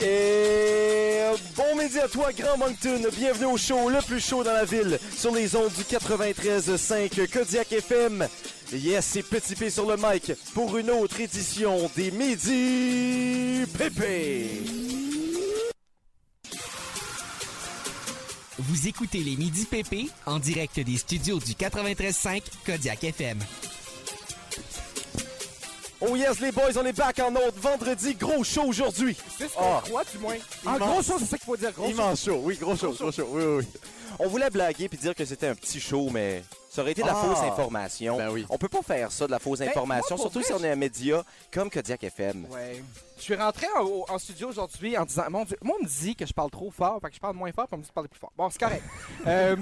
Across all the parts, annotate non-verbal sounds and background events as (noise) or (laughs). Et Euh, bon midi à toi, Grand Moncton. Bienvenue au show le plus chaud dans la ville sur les ondes du 93.5 Kodiak FM. Yes, c'est Petit P sur le mic pour une autre édition des Midi Pépé. Vous écoutez les Midi PP en direct des studios du 93.5 Kodiak FM. Oh yes, les boys, on est back en autre vendredi. Gros show aujourd'hui. C'est ce qu'on Ah. croit, du moins. En Immense. gros, ça, c'est ça qu'il faut dire. Gros, Immense show, oui, gros show, gros show, oui, oui, oui. On voulait blaguer puis dire que c'était un petit show, mais ça aurait été de la Ah. fausse information. Ben oui. On peut pas faire ça, de la fausse Ben, information, moi, pour surtout si vrai, on est un média comme Kodiak FM. Ouais. Je suis rentré en, en studio aujourd'hui en disant Mon Dieu, moi, on me dit que je parle trop fort, fait que je parle moins fort, puis on me dit de parler plus fort. Bon, (laughs) c'est correct. Euh,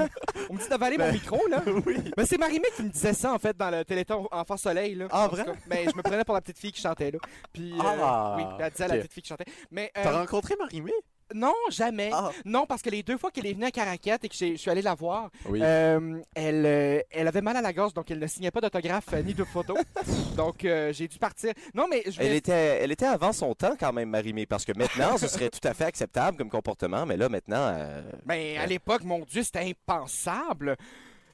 on me dit d'avaler mon micro, là. Ben, oui. Mais c'est Marimé qui me disait ça, en fait, dans le Téléthon Enfant Soleil, là. Ah, En tout vrai? cas, Ben, je me prenais pour la petite fille qui chantait, là. Puis, euh, Ah, oui, elle disait à la ok. petite fille qui chantait. Mais, euh, T'as rencontré Marimé? non, jamais. Ah. Non, parce que les deux fois qu'elle est venue à Caracat et que j'ai- je suis allé la voir, Oui. euh, elle, euh, elle avait mal à la gorge, donc elle ne signait pas d'autographe euh, ni (laughs) de photo. donc euh, j'ai dû partir. Non, mais je Elle voulais- était, elle était avant son temps quand même, Marimé, parce que maintenant, ce serait tout à fait acceptable comme comportement, mais là, maintenant, euh, Mais à l'époque, mon Dieu, c'était impensable.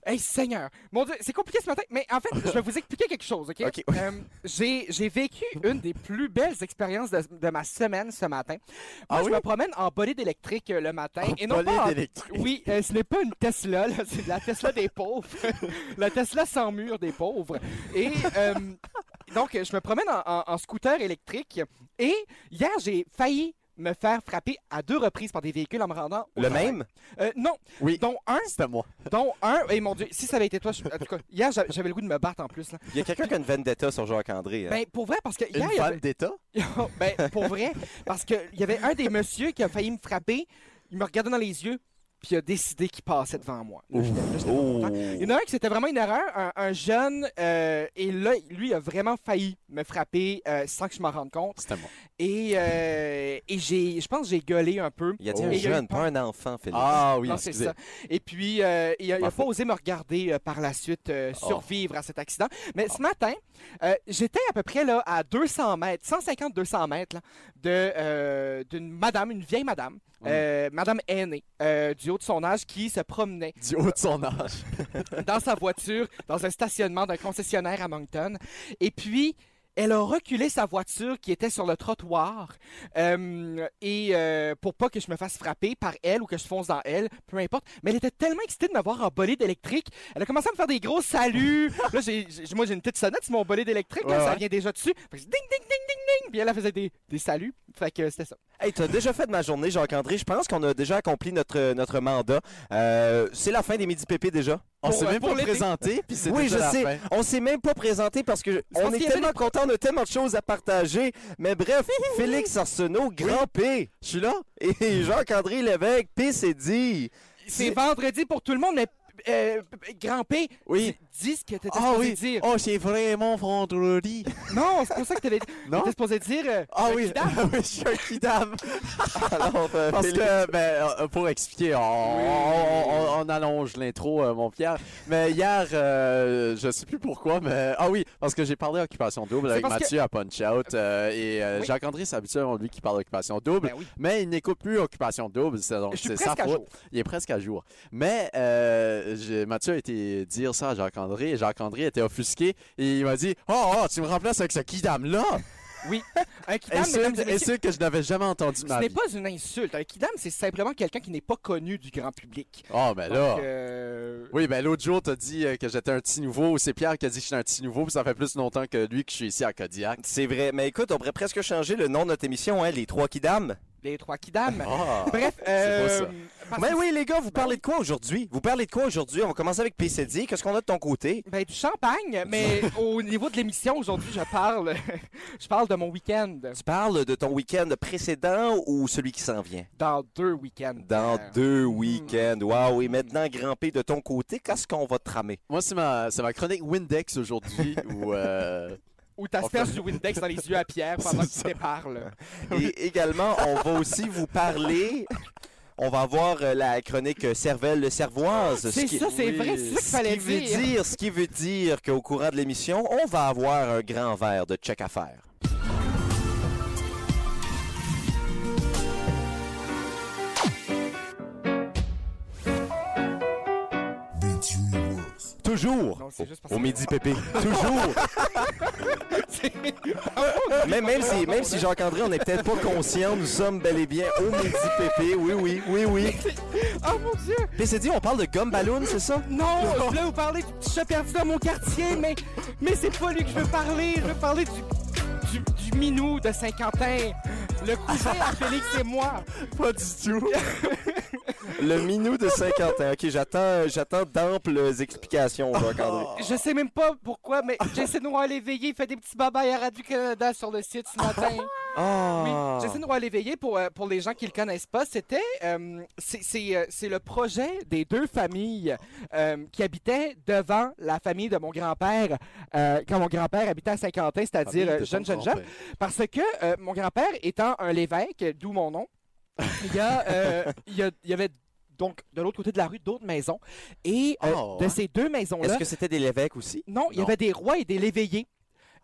Hey Seigneur, mon Dieu, c'est compliqué ce matin, mais en fait, je vais vous expliquer quelque chose, ok? (laughs) Ok. Euh, j'ai, j'ai vécu une des plus belles expériences de, de ma semaine ce matin. Moi, Ah je oui? me promène en bolide électrique euh, le matin. et non volée pas en- d'électrique. Oui, euh, ce n'est pas une Tesla, là, c'est la Tesla des pauvres. (laughs) la Tesla sans mur des pauvres. Et euh, donc, je me promène en, en- en scooter électrique et hier, j'ai failli me faire frapper à deux reprises par des véhicules en me rendant. au Le travail. même? Euh, non, Oui. dont un, C'était moi. dont un. Et mon Dieu, si ça avait été toi, je- en tout cas, hier, j'a- j'avais le goût de me battre en plus. Là. Il y a quelqu'un qui a une vendetta sur Jacques-André. hein. Ben, pour vrai, parce que hier, il y (laughs) avait- d'État? ben, pour vrai, parce que il y avait un des messieurs qui a failli me frapper, il me regardait dans les yeux, puis il a décidé qu'il passait devant moi. Là, j'étais- là, j'étais pas content. Il y en a un qui c'était vraiment une erreur, un, un jeune, euh, et là, lui a vraiment failli me frapper euh, sans que je m'en rende compte. C'était moi. Et, euh, et j'ai, je pense que j'ai gueulé un peu. Il y a dit un Et il y a eu jeune, peur. pas un enfant, Philippe. Ah oui, non, c'est ça. Et puis, euh, il a, il a pas osé me regarder euh, par la suite euh, survivre à cet accident. Mais ce matin, euh, j'étais à peu près là, à 200 mètres, 150-200 mètres, là, de, euh, d'une madame, une vieille madame, euh, madame aînée, euh, du haut de son âge, qui se promenait Du haut de son âge. dans sa voiture, dans un stationnement d'un concessionnaire à Moncton. Et puis, elle a reculé sa voiture qui était sur le trottoir euh, et euh, pour pas que je me fasse frapper par elle ou que je fonce dans elle, peu importe. Mais elle était tellement excitée de me voir en bolide électrique. Elle a commencé à me faire des gros saluts. Là, j'ai, j'ai- moi, j'ai une petite sonnette sur mon bolide électrique. là, Ouais, ça ouais. vient déjà dessus. Fait que ding, ding, ding, ding, ding. Puis elle, elle faisait des, des saluts. Fait que c'était ça. Hey, t'as déjà fait de ma journée, Jacques-André. Je pense qu'on a déjà accompli notre, notre mandat. Euh, c'est la fin des Midi Pépé déjà. On Pour- s'est même pour pas l'été. présenté, puis c'est Oui, déjà je la sais. fin. On s'est même pas présenté parce que on parce est qu'il y avait tellement content, on a tellement de choses à partager. Mais bref, Félix Arsenault, grand P, Je suis là. et (laughs) Jacques-André Lévesque, P c'est dit. C'est vendredi pour tout le monde, mais euh, Grand P, Oui. dis ce que t'étais Ah supposé oui. dire. Oh, c'est vraiment vendredi. Non, c'est pour ça que t'avais Non? t'étais supposé dire. euh, Ah un oui. kidam. (laughs) oui, je suis un (laughs) kidam. (laughs) Alors, euh, Parce Félix- que, ben, euh, pour expliquer, on, on- on- on allonge l'intro, euh, mon Pierre. Mais hier, euh, je sais plus pourquoi, mais. Ah oui, parce que j'ai parlé Occupation Double C'est avec parce que- Mathieu à Punch Out. euh, et euh, Oui. Jacques-André s'habitue à lui qui parle d'Occupation Double. Ben oui. Oh, Mais il n'écoute plus Occupation Double, c'est donc Je suis c'est sa presque à faute. jour. (laughs) Il est presque à jour. Mais euh, j'ai- Mathieu a été dire ça à Jacques-André et Jacques-André était offusqué et il m'a dit Oh, oh, tu me remplaces avec ce kidam-là Oui. Un kidam, mesdames Insulte et messieurs, insulte que je n'avais jamais entendu de ce ma n'est vie. pas une insulte. Un kidam, c'est simplement quelqu'un qui n'est pas connu du grand public. Oh, ben Donc, là. euh, Oui, ben l'autre jour, t'as dit euh, que j'étais un petit nouveau. C'est Pierre qui a dit que j'étais un petit nouveau, puis ça fait plus longtemps que lui que je suis ici à (laughs) Kodiak. C'est vrai, mais écoute, on pourrait presque changer le nom de notre émission, hein, les trois kidam. Les (laughs) trois kidam. Ah. Bref, beau, euh, ça. Ben parce Mais que- oui, les gars, vous parlez de quoi aujourd'hui? Vous parlez de quoi aujourd'hui? On va commencer avec PCD. Qu'est-ce qu'on a de ton côté? ben, du champagne, (laughs) mais au niveau de l'émission aujourd'hui, je parle, (laughs) je parle de mon week-end Tu parles de ton week-end précédent ou celui qui s'en vient? dans deux week-ends. Dans Euh, deux week-ends. Waouh! Et maintenant, Grand P, de ton côté, qu'est-ce qu'on va te tramer? (laughs) Moi, c'est ma, c'est ma chronique Windex aujourd'hui, où euh, ou t'asperges du Windex dans les yeux (laughs) à Pierre pendant qu'il te parle. (laughs) Et également, on va aussi vous parler. On va avoir euh, la chronique euh, cervelle cervoise. ce C'est qui- ça, c'est oui, vrai, c'est ça qu'il Ce qui fallait veut dire. dire, ce qui veut dire qu'au courant de l'émission, on va avoir un grand verre de check à faire. Toujours Non, c'est juste parce au que- midi pépé. (laughs) Toujours. même même si même si Jacques-André, on n'est peut-être pas conscient, nous sommes bel et bien au midi pépé. Oui oui oui oui. Oh mon Dieu! PCD, on parle de gomme ballon, c'est ça Non, je voulais vous parler du petit chat perdu dans mon quartier, mais, mais c'est pas lui que je veux parler. Je veux parler du, du, du minou de Saint-Quentin. Le cousin à Félix et moi. Pas du tout. (laughs) Le minou de 50 ans. OK, j'attends j'attends d'amples explications, Jacques-André. Je sais même pas pourquoi, mais Jason Roy l'éveillé fait des petits babayes à Radio-Canada sur le site ce matin. Ah. Oui, Jason Roy l'éveillé, pour, euh, pour les gens qui le connaissent pas, c'était euh, c'est- c'est euh, c'est le projet des deux familles euh, qui habitaient devant la famille de mon grand-père euh, quand mon grand-père habitait à Saint-Quentin, c'est-à-dire euh, jeune, jeune, jeune. Parce que euh, mon grand-père étant un l'évêque, d'où mon nom, il y, a, euh, il y, a- il y avait donc de l'autre côté de la rue d'autres maisons. Et euh, Ah, de ouais. ces deux maisons-là, Est-ce que c'était des l'évêque aussi non, il y Non. Ah. avait des rois et des l'éveillés.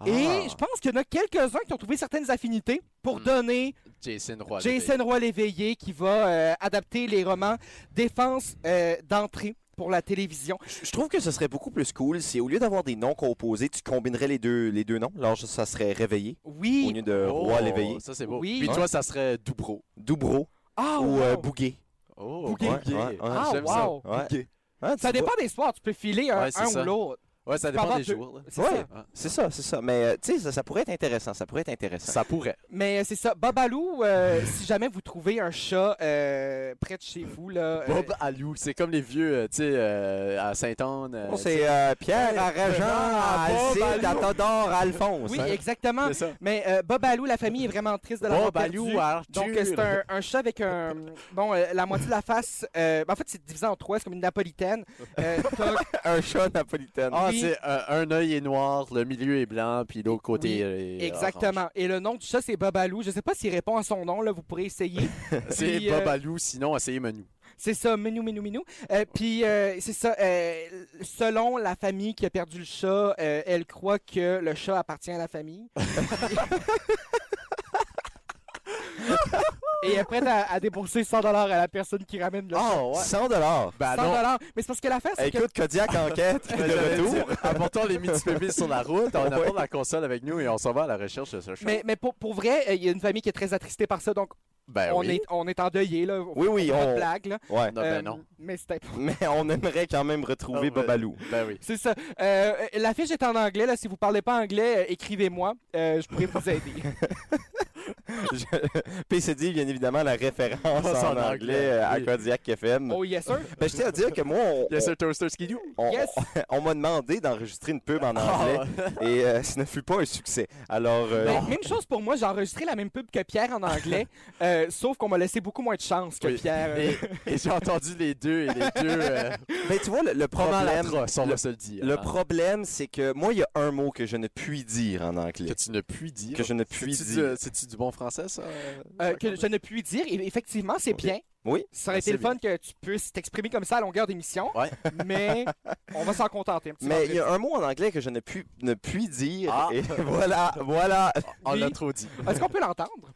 Et je pense qu'il y en a quelques-uns qui ont trouvé certaines affinités pour Hmm. donner Jason Roy. Jason Roy l'éveillé qui va euh, adapter les romans Défense euh, d'entrée pour la télévision. Je je trouve que ce serait beaucoup plus cool si au lieu d'avoir des noms composés, tu combinerais les deux les deux noms. Alors ça serait réveillé au Oui. lieu de roi l'éveillé, Oh, Ça, c'est beau. Oui. Puis toi, ça serait Doubro. Doubro Ah, ou euh, wow. Bouguet. Oh, Bouguet. Bouguet. Ouais, ouais, ouais. Ah, J'aime ça. wow. Ouais. Bouguet. Hein, tu Ça vois? dépend des soirs. Tu peux filer un, Ouais, c'est un ça. ou l'autre. Ouais, ça Tu peux dépend avoir des deux- jours. là. C'est Ouais. ça. C'est ça, c'est ça. Mais euh, tu sais, ça, ça pourrait être intéressant. Ça pourrait être intéressant. Ça pourrait. Mais euh, c'est ça. Babalou, euh, si jamais vous trouvez un chat euh, près de chez vous, là. euh, Bob Alou, c'est comme les vieux, euh, tu sais, euh, à Saint-Anne. euh, Oh, Bon, c'est euh, Pierre, Bob, Aragent, Alcide, Alou. Atodore, Alphonse. Oui, hein. exactement. c'est ça. Mais euh, Babalou, la famille est vraiment triste de l'avoir Bob perdu. Alou, Arthur. Donc, euh, c'est un, un chat avec un. Bon, euh, la moitié de la face. euh, en fait, c'est divisé en trois, c'est comme une napolitaine. Euh, t'as- un chat napolitain. Ah, Oui. c'est euh, un œil est noir, le milieu est blanc, puis l'autre côté Oui, est est exactement. Et le nom du chat, c'est Babalou. Je sais pas s'il répond à son nom, là, vous pourrez essayer. orange. (laughs) C'est Puis, euh, Bob Alou, sinon essayez Menou. C'est ça, minou, minou, minou. Euh, Puis, euh, c'est ça, euh, selon la famille qui a perdu le chat, euh, elle croit que le chat appartient à la famille. Et elle est prête à, à débourser 100 à la personne qui ramène le chat. Ah, ouais. 100 dollars. Ben 100 Mais c'est parce que l'affaire, c'est que... Écoute, Kodiak (laughs) enquête, Ben, j'allais le retour. dire, Apportons les midi pépés sur la route, (laughs) on apporte la console avec nous et on s'en va à la recherche de ce chat. Mais, mais pour, pour vrai, euh, il y a une famille qui est très attristée par ça, donc ben on, oui. est, on est endeuillé, là. Oui, oui, Pas de on... blague, là. Ouais. Non, ben Euh, non. Mais c'était Mais on aimerait quand même retrouver Ah, ben- Bobalou. Ben oui. (laughs) C'est ça. Euh, euh, L'affiche est en anglais. Là. Si vous parlez pas anglais, euh, écrivez-moi. Euh, je pourrais vous aider. (laughs) Je- PCD, bien évidemment, la référence Pas en, en anglais, anglais, euh, à oui. Kodiak FM. oh, yes, sir. Ben, je tiens à dire que moi, on, Yes, sir, Toaster Skidoo. on- Yes. on m'a demandé d'enregistrer une pub en anglais Ah. et euh, ce ne fut pas un succès. Alors, euh, Ben, même chose pour moi. J'ai enregistré la même pub que Pierre en (laughs) anglais, euh, sauf qu'on m'a laissé beaucoup moins de chance que Oui. Pierre. euh, Et, et j'ai entendu les deux et les deux euh, ben, tu vois, le, le probablement problème, atroces, on va le- se le dire. le hein, problème, c'est que moi, il y a un mot que je ne puis dire en que anglais. tu ne puis dire. Que je ne puis C'est-tu dire. du- C'est-tu du bon français, ça? Euh, que je ne puis dire. Et effectivement, c'est bien. Oui. Ça aurait C'est été le fun que tu puisses t'exprimer comme ça à longueur d'émission. Ouais. (laughs) Mais on va s'en contenter. un petit Mais peu. il y a un mot en anglais que je ne puis, ne puis dire. Ah. Et (laughs) voilà, voilà. On Oui. l'a trop dit. Est-ce qu'on peut l'entendre?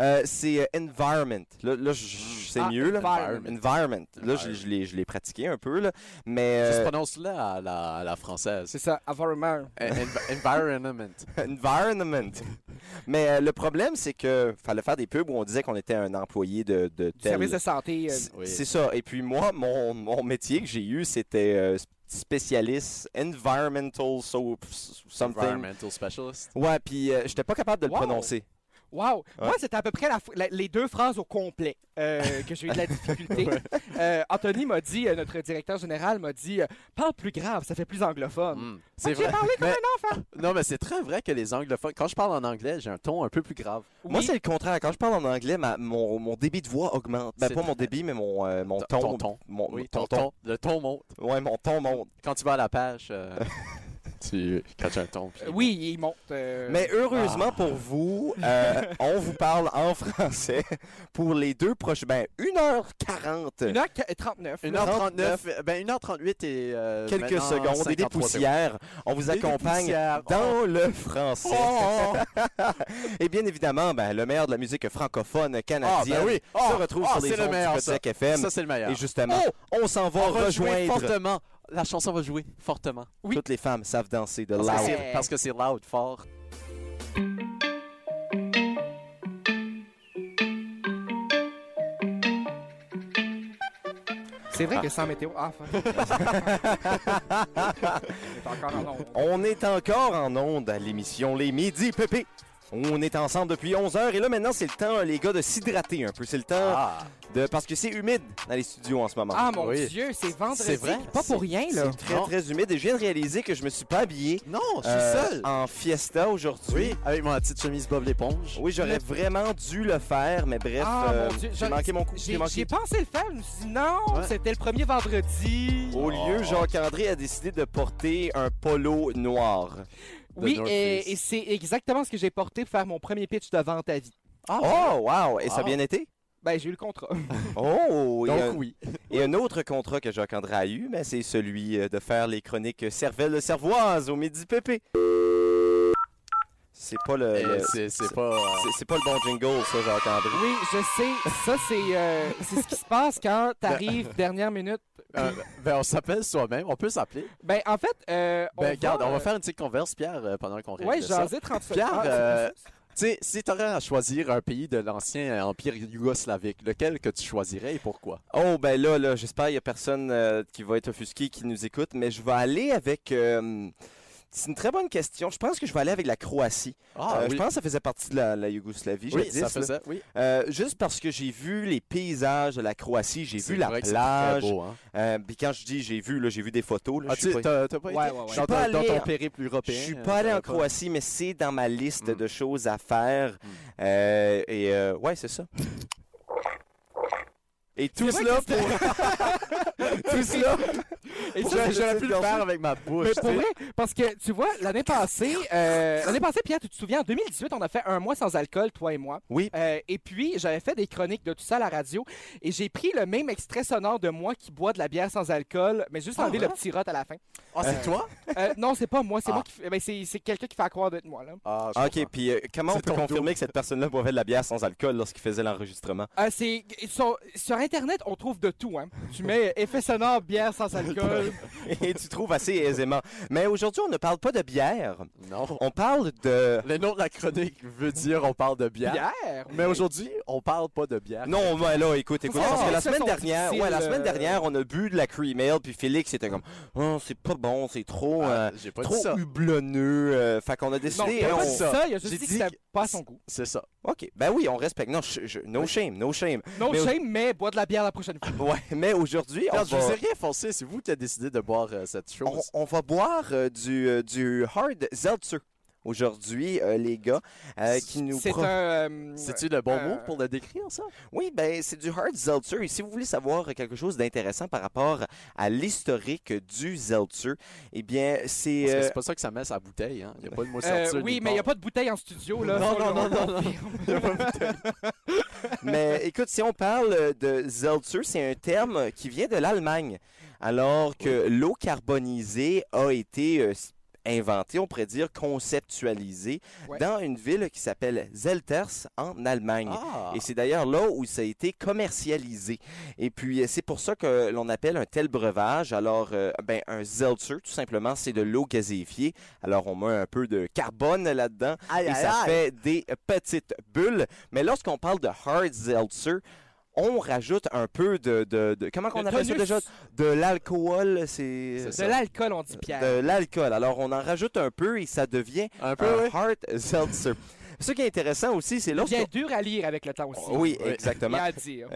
Euh, c'est euh, environment. Là, là, je- je- c'est Ah, mieux. Là. environment. Environment. Là, je, je l'ai, je l'ai pratiqué un peu. Là. Mais Ça se euh, prononce là à la, à la française. (laughs) C'est ça, Avarumar. En- env- Environment. (laughs) environment. Mais euh, le problème, c'est que fallait faire des pubs où on disait qu'on était un employé de, de Du tel- service de santé. euh, C'est Oui. c'est ça. Et puis moi, mon, mon métier que j'ai eu, c'était euh, spécialiste environmental so- something. Environmental specialist. Ouais, puis euh, j'étais pas capable de le Wow. prononcer. Wow! Ouais. Moi, c'était à peu près la, la- les deux phrases au complet euh, que j'ai eu de (laughs) la difficulté. Euh, Anthony m'a dit, euh, notre directeur général m'a dit euh, Parle plus grave, ça fait plus anglophone. Hmm. Fait C'est que J'ai vrai. parlé comme Mais- un enfant. Non, mais c'est très vrai que les anglophones, quand je parle en anglais, j'ai un ton un peu plus grave. Moi, Oui. c'est le contraire. Quand je parle en anglais, ma- mon, mon débit de voix augmente. Ben, C'est pas mon débit, mais mon, euh, mon ton. Ton- ton ton. Mon, Oui, ton, ton ton. ton. Le ton monte. Ouais, mon ton monte. (laughs) Quand tu vas à la pêche, euh, tu catches un ton. puis- Oui, il monte. euh, Mais heureusement pour vous, (laughs) euh, on vous parle en français pour les deux proches. Ben, euh, 1h40. 1h39. 1h39, ben 1h38 et euh, Quelques maintenant secondes et des 53 poussières. On vous Des accompagne poussières. dans le français. Oh, (laughs) oh, Et bien évidemment, ben, le meilleur de la musique francophone Ah, canadienne ben oui. Oh, se retrouve oh, sur les c'est le ondes du meilleur, ça. Kodiak FM. Ça, c'est le meilleur. Oh, et justement, on s'en va On va jouer rejoindre. fortement. La chanson va jouer fortement. Oui. Toutes les femmes savent danser de Parce que loud. c'est- Parce que c'est loud, fort. C'est vrai que sans météo. Ah, (laughs) fuck. On est encore en onde. On est encore en onde à l'émission Les Midis Pépé. On est ensemble depuis 11 heures et là maintenant c'est le temps les gars de s'hydrater un peu. C'est le temps Ah. de parce que c'est humide dans les studios en ce moment. Ah, mon Oui. Dieu, c'est vendredi. C'est vrai, puis Pas pour rien, là. c'est très très humide et je viens de réaliser que je me suis pas habillé Non, je suis euh, seul. en fiesta aujourd'hui. Oui, avec ma petite chemise Bob l'éponge. Oui, j'aurais vraiment dû le faire, mais bref, Ah, euh, mon Dieu, j'ai j'en- manqué mon coup. J'ai J'ai manqué. j'ai pensé le faire, je me suis dit non, Ouais. c'était le premier vendredi. Au lieu, Jacques-André a décidé de porter un polo noir. oui, North Face. et, et c'est exactement ce que j'ai porté pour faire mon premier pitch de vente à vie. Oh, wow! Et ça a Ah. bien été? Ben, j'ai eu le contrat. Oh! et Donc un- oui. euh, Et un autre contrat que Jacques-André a eu, ben, c'est celui euh, de faire les chroniques Cervelle Cervoise au Midi Pépé. C'est pas le. Euh, le- c'est- c'est pas... euh, c'est- c'est pas le bon jingle, ça, Jacques-André. Oui, je sais. Ça, c'est euh, c'est ce qui se passe quand t'arrives dernière minute. euh, ben, on s'appelle soi-même. On peut s'appeler. Ben, en fait, euh, on Ben, regarde, on euh, va faire une petite converse, Pierre, euh, pendant qu'on règle Ouais, ça. jaser 30 secondes. Pierre, Ah, c'est euh, comme ça? Tu sais, si t'aurais à choisir un pays de l'ancien euh, empire yougoslavique, lequel que tu choisirais et pourquoi? Oh, ben là, là j'espère qu'il y a personne euh, qui va être offusqué qui nous écoute, mais je vais aller avec. euh, c'est une très bonne question. Je pense que je vais aller avec la Croatie. Euh, Je pense que ça faisait partie de la, la Yougoslavie, Ah oui, jadis, ça là. faisait, oui. Euh, juste parce que j'ai vu les paysages de la Croatie, j'ai vu la plage. hein. Euh, Puis quand je dis j'ai vu, là, j'ai vu des photos. là, Ah, je tu suis pas- t'as t'as pas hein. été Ouais, ouais, ouais. dans Je suis ton- pas dans allé ton en- périple européen? Je suis euh, pas allé en t'as (laughs) Croatie, mais c'est dans ma liste Mm. de choses à faire. Mm. Euh, et euh, ouais, c'est ça. Et tout vrai cela que c'était- pour. tout cela. (laughs) Et pour- ça, J'aurais je j'aurais sais pu bien le faire avec ma bouche. Mais tu pour sais. vrai, parce que tu vois, l'année passée, euh, l'année passée, Pierre, tu te souviens, en 2018, on a fait un mois sans alcool, toi et moi. Oui. Euh, et puis, j'avais fait des chroniques de tout ça à la radio, et j'ai pris le même extrait sonore de moi qui boit de la bière sans alcool, mais juste Ah, enlevé ouais? le petit rot à la fin. Ah, c'est toi? Euh, non, c'est pas moi, c'est Ah. moi qui, f- ben, c'est c'est quelqu'un qui fait à croire d'être moi là. Ah, je Ok, comprends. puis euh, comment on C'est peut ton confirmer que cette personne-là boivait de la bière sans alcool lorsqu'il faisait l'enregistrement? Euh, c'est sur, sur internet, on trouve de tout. Hein. Tu mets effet sonore, bière sans alcool. (laughs) Et tu trouves (laughs) assez aisément. Mais aujourd'hui, on ne parle pas de bière. Non. On parle de. Le nom de la chronique veut dire on parle de bière. Bière. Mais aujourd'hui, on parle pas de bière. Non, ben là, écoute, écoute, Ah, parce que la ça, semaine sont dernière, difficiles, ouais, la semaine euh, dernière, on a bu de la cream ale, puis Félix était comme, oh, c'est pas bon, c'est trop, Ah, euh, j'ai pas dit ça. trop hublonneux. euh, fait qu'on a Non, décidé. il a on- pas dit ça, il a juste J'ai dit que dit c'était pas à son goût. C'est ça. Ok, ben oui, on respecte. Non, je- je- no shame, no shame. Non Mais- shame, mais bois de la bière la prochaine fois. Ouais, mais aujourd'hui, on, Regarde, je vous ai va- rien forcé. C'est vous qui avez décidé de boire euh, cette on, chose. on va boire euh, du, euh, du hard seltzer aujourd'hui, euh, les gars, euh, qui nous. C'est pro- un. euh, C'est-tu le bon Euh, mot pour le décrire, ça? Oui, ben c'est du hard seltzer. Et si vous voulez savoir euh, quelque chose d'intéressant par rapport à l'historique du seltzer, eh bien, c'est. Parce que euh, c'est pas ça que ça met sa bouteille, hein. Il a pas le mot euh, sortir. oui, mais il n'y a pas de bouteille en studio. Là, Non, Ça, non, on- non, non, non. (laughs) Mais écoute, si on parle euh, de Seltzer, c'est un terme qui vient de l'Allemagne, alors que l'eau carbonisée a été euh, s- inventée, on pourrait dire conceptualisée, Ouais. dans une ville qui s'appelle Zelters en Allemagne. Ah! Et c'est d'ailleurs là où ça a été commercialisé. Et puis, euh, c'est pour ça que l'on appelle un tel breuvage. Alors, euh, ben, un Seltzer, tout simplement, c'est de l'eau gazéifiée. Alors, on met un peu de carbone là-dedans Aïe, et aïe, ça aïe. fait des petites bulles. Mais lorsqu'on parle de hard seltzer, on rajoute un peu de, de- de- comment qu'on Le appelle ça tonus. déjà De l'alcool, c'est C'est De ça. Euh, l'alcool, on dit Pierre. de l'alcool. Alors on en rajoute un peu et ça devient Un peu, un oui. hard seltzer. Ce qui est intéressant aussi, c'est Il lorsqu'on est dur à lire avec le temps aussi. oui, Oui. Il y exactement. a à dire.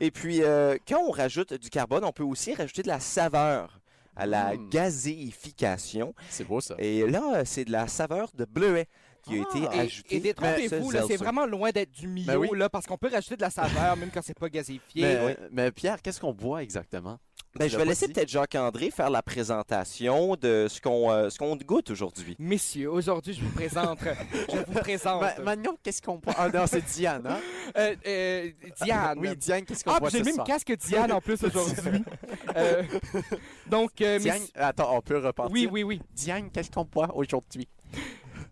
Et puis, euh, quand on rajoute du carbone, on peut aussi rajouter de la saveur à la Mm. gazéification. C'est beau, ça. Et là, euh, c'est de la saveur de bleuet qui a Ah. été Et- ajoutée. Ben, Et détrompez-vous, ce là, c'est seltzer. vraiment loin d'être du milieu, Ben oui. là, parce qu'on peut rajouter de la saveur, même quand c'est pas gazéfié. Mais, mais Pierre, qu'est-ce qu'on boit exactement? Ben, je l'as vais pas laisser dit. peut-être Jacques-André faire la présentation de ce qu'on euh, ce qu'on goûte aujourd'hui. (laughs) Messieurs, aujourd'hui, je vous présente. je (laughs) vous présente. Ma- Magnon, qu'est-ce qu'on boit? Ah non, c'est Diane, hein? Euh, euh, Diane. Oui, Diane, qu'est-ce qu'on ah, puis boit j'ai ce le même soir? casque Diane en plus aujourd'hui. Euh, donc, euh, Diane, messi- attends, on peut repartir. oui, oui, oui. Diane, qu'est-ce qu'on boit aujourd'hui?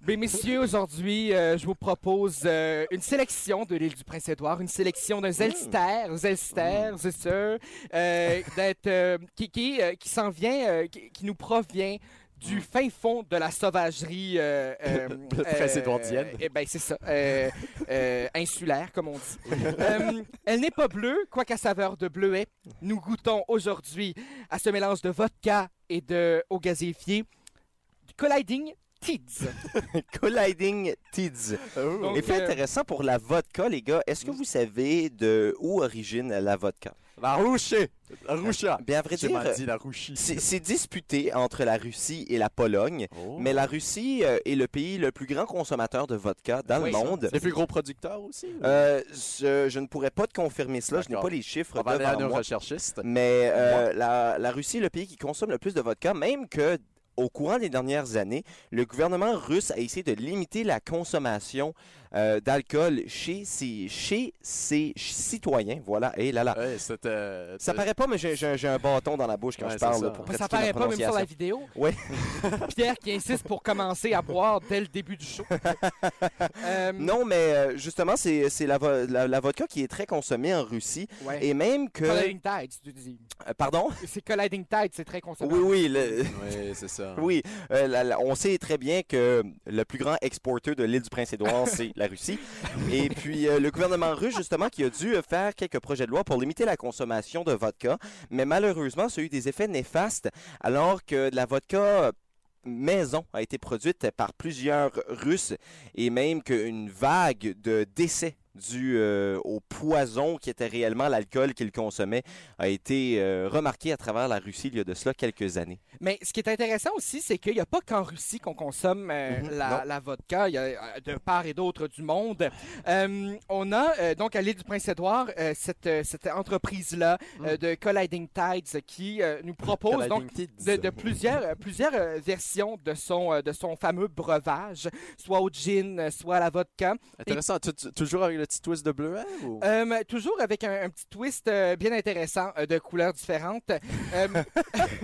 Mais messieurs, aujourd'hui, euh, je vous propose euh, une sélection de l'île du Prince-Édouard, une sélection d'un Zelster, Zelster, c'est sûr, euh, d'être, euh, qui, qui, euh, qui s'en vient, euh, qui, qui nous provient du fin fond de la sauvagerie euh, euh, Le Prince-Édouardienne. euh, eh ben c'est ça, euh, euh, insulaire comme on dit. Euh, elle n'est pas bleue, quoique à saveur de bleuet. Nous goûtons aujourd'hui à ce mélange de vodka et de eau gazéifiée, du colliding tids. Colliding Tids. Donc, Et fait euh, intéressant pour la vodka, les gars. Est-ce que vous savez de où origine la vodka? La rouchée! La roucha! Bien, Euh, à vrai J'ai dire, euh, mal dit la rouchie. c'est c'est disputé entre la Russie et la Pologne, Oh. mais la Russie euh, est le pays le plus grand consommateur de vodka dans Oui, le monde. Les plus gros producteurs aussi? Euh, ce- je ne pourrais pas te confirmer cela, je n'ai D'accord. pas les chiffres on va aller à devant nos moi. recherchistes. Mais euh, la, la Russie est le pays qui consomme le plus de vodka, même que au courant des dernières années, le gouvernement russe a essayé de limiter la consommation euh, d'alcool chez ses, chez ses citoyens. Voilà, et là là. Ouais, c'est, euh, Ça paraît pas, mais j'ai- j'ai j'ai un bâton dans la bouche quand Ouais, je c'est parle. ça. là, pour Ouais, Ça pratiquer ma paraît pas même sur la prononciation. vidéo. Ouais. (laughs) Pierre qui insiste pour commencer à boire dès le début (laughs) du show. Euh, Non, mais euh, justement, c'est c'est la, vo- la- la vodka qui est très consommée en Russie. ouais. Et même que... Colliding Tide, tu dis. euh, Pardon? C'est Colliding Tide, c'est très consommé. Oui, oui, le- Oui, c'est ça. (laughs) Oui, euh, la- la- on sait très bien que le plus grand exporteur de l'île du Prince-Édouard, c'est la Russie. Et puis, euh, le gouvernement russe, justement, qui a dû euh, faire quelques projets de loi pour limiter la consommation de vodka. Mais malheureusement, ça a eu des effets néfastes, alors que de la vodka euh, maison a été produite par plusieurs Russes et même qu'une vague de décès due euh, au poison qui était réellement l'alcool qu'ils consommaient a été euh, remarquée à travers la Russie il y a de cela quelques années. Mais ce qui est intéressant aussi, c'est qu'il n'y a pas qu'en Russie qu'on consomme euh, Mhm, la, non. la vodka. Il y a euh, de part et d'autre du monde. Euh, on a euh, donc à l'île du Prince-Édouard euh, cette, euh, cette entreprise-là Mm. euh, de Colliding Tides qui euh, nous propose donc de, de plusieurs, euh, plusieurs euh, versions de son, euh, de son fameux breuvage, soit au gin, euh, soit à la vodka. Intéressant. Tu- tu- Toujours avec le petit twist de bleuet? Ou... Euh, toujours avec un, un petit twist euh, bien intéressant euh, de couleurs différentes. Euh, (laughs)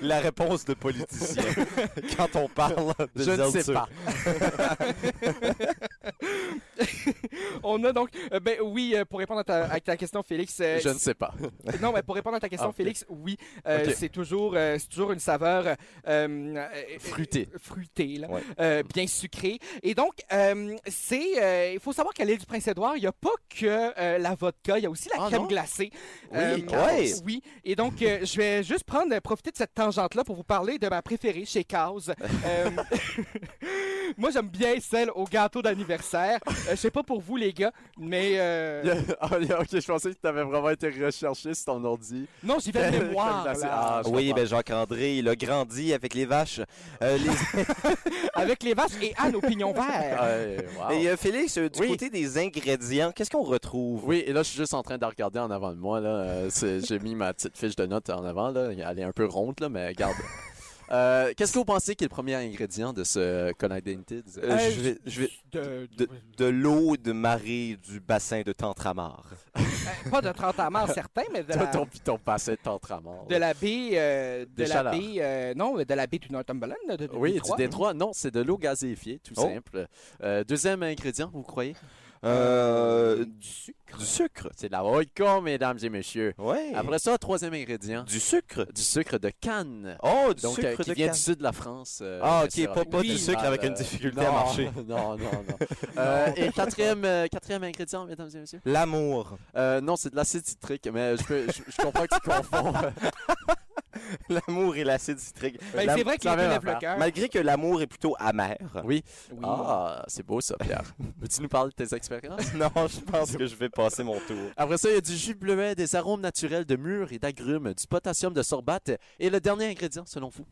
La réponse de (laughs) politicien quand on parle de Je ne sais Zeltzer. pas. on a donc, euh, ben oui, euh, pour répondre à ta, à ta question, Félix. euh, (laughs) Je ne (laughs) sais pas. Non, mais pour répondre à ta question, Ah, ok. Félix, oui, euh, Ok. c'est toujours, euh, c'est toujours une saveur euh, euh, Fruitée. euh, fruitée, là. Ouais. Euh, bien sucrée. Et donc, euh, c'est, euh, il faut savoir qu'à l'île du Prince-Édouard, il n'y a pas que euh, la vodka, il y a aussi la Ah, crème non? glacée. Euh, Oui, ouais. oui. Et donc, euh, je vais juste prendre, profiter de cette tangente-là pour vous parler de ma préférée (laughs) chez Cause. Euh, (laughs) moi, j'aime bien celle au gâteau d'anniversaire. Euh, je sais pas pour vous, les gars, mais euh, (laughs) Ah, ok, je pensais que tu avais vraiment été recherché sur ton ordi. non, j'y (laughs) vais de Crème mémoire. glacée. là. Ah, je Oui, comprends. ben Jacques-André, il a grandi avec les vaches. Euh, les- avec les vaches et Anne au pignon vert. Ouais, wow. Et euh, Félix, euh, du Ah, Oui. côté des ingrédients, qu'est-ce qu'on retrouve? Oui, et là, je suis juste en train de regarder en avant de moi. Là. Euh, c'est- J'ai mis ma petite fiche de notes en avant. Là. Elle est un peu ronde, là, mais regarde. Euh, Qu'est-ce que vous pensez qui est le premier ingrédient de ce Colliding Tids? Euh, je vais- je vais- De- De, de l'eau de marée du bassin de Tantramar. pas de 30 à mort, certain, mais de la, ton, ton passé de tantramar. de la baie. euh, de Des la chaleurs. baie euh, non, de la baie du Northumberland. De, de Oui, Détroit. du Détroit. Non, c'est de l'eau gazéifiée, tout Oh. simple. Euh, deuxième ingrédient, vous croyez? Euh, Du sucre. du sucre. C'est de la vodka, mesdames et messieurs. Ouais. Après ça, troisième ingrédient, Du sucre. du sucre de canne. Oh, du Donc, sucre euh, qui de vient canne. du sud de la France. euh, Ah, bien ok, sûr. pas, pas du Oui. sucre avec une Euh, difficulté non, à marcher. (laughs) Non, non, non. Euh, et quatrième, euh, quatrième ingrédient, mesdames et messieurs. L'amour. (laughs) Euh, non, c'est de l'acide citrique, mais je, peux- je- je comprends que tu confonds. L'amour et l'acide citrique. Ben, L'am- c'est vrai que ça les deux va, lèvent le Robert. cœur. Malgré que l'amour est plutôt amer. (laughs) Oui. Oui. Ah, c'est beau ça, Pierre. (laughs) Veux-tu nous parler de tes expériences? (laughs) Non, je pense que je vais passer mon tour. Après ça, il y a du jus bleuet, des arômes naturels de mûres et d'agrumes, du potassium de sorbate. Et le dernier ingrédient, selon vous?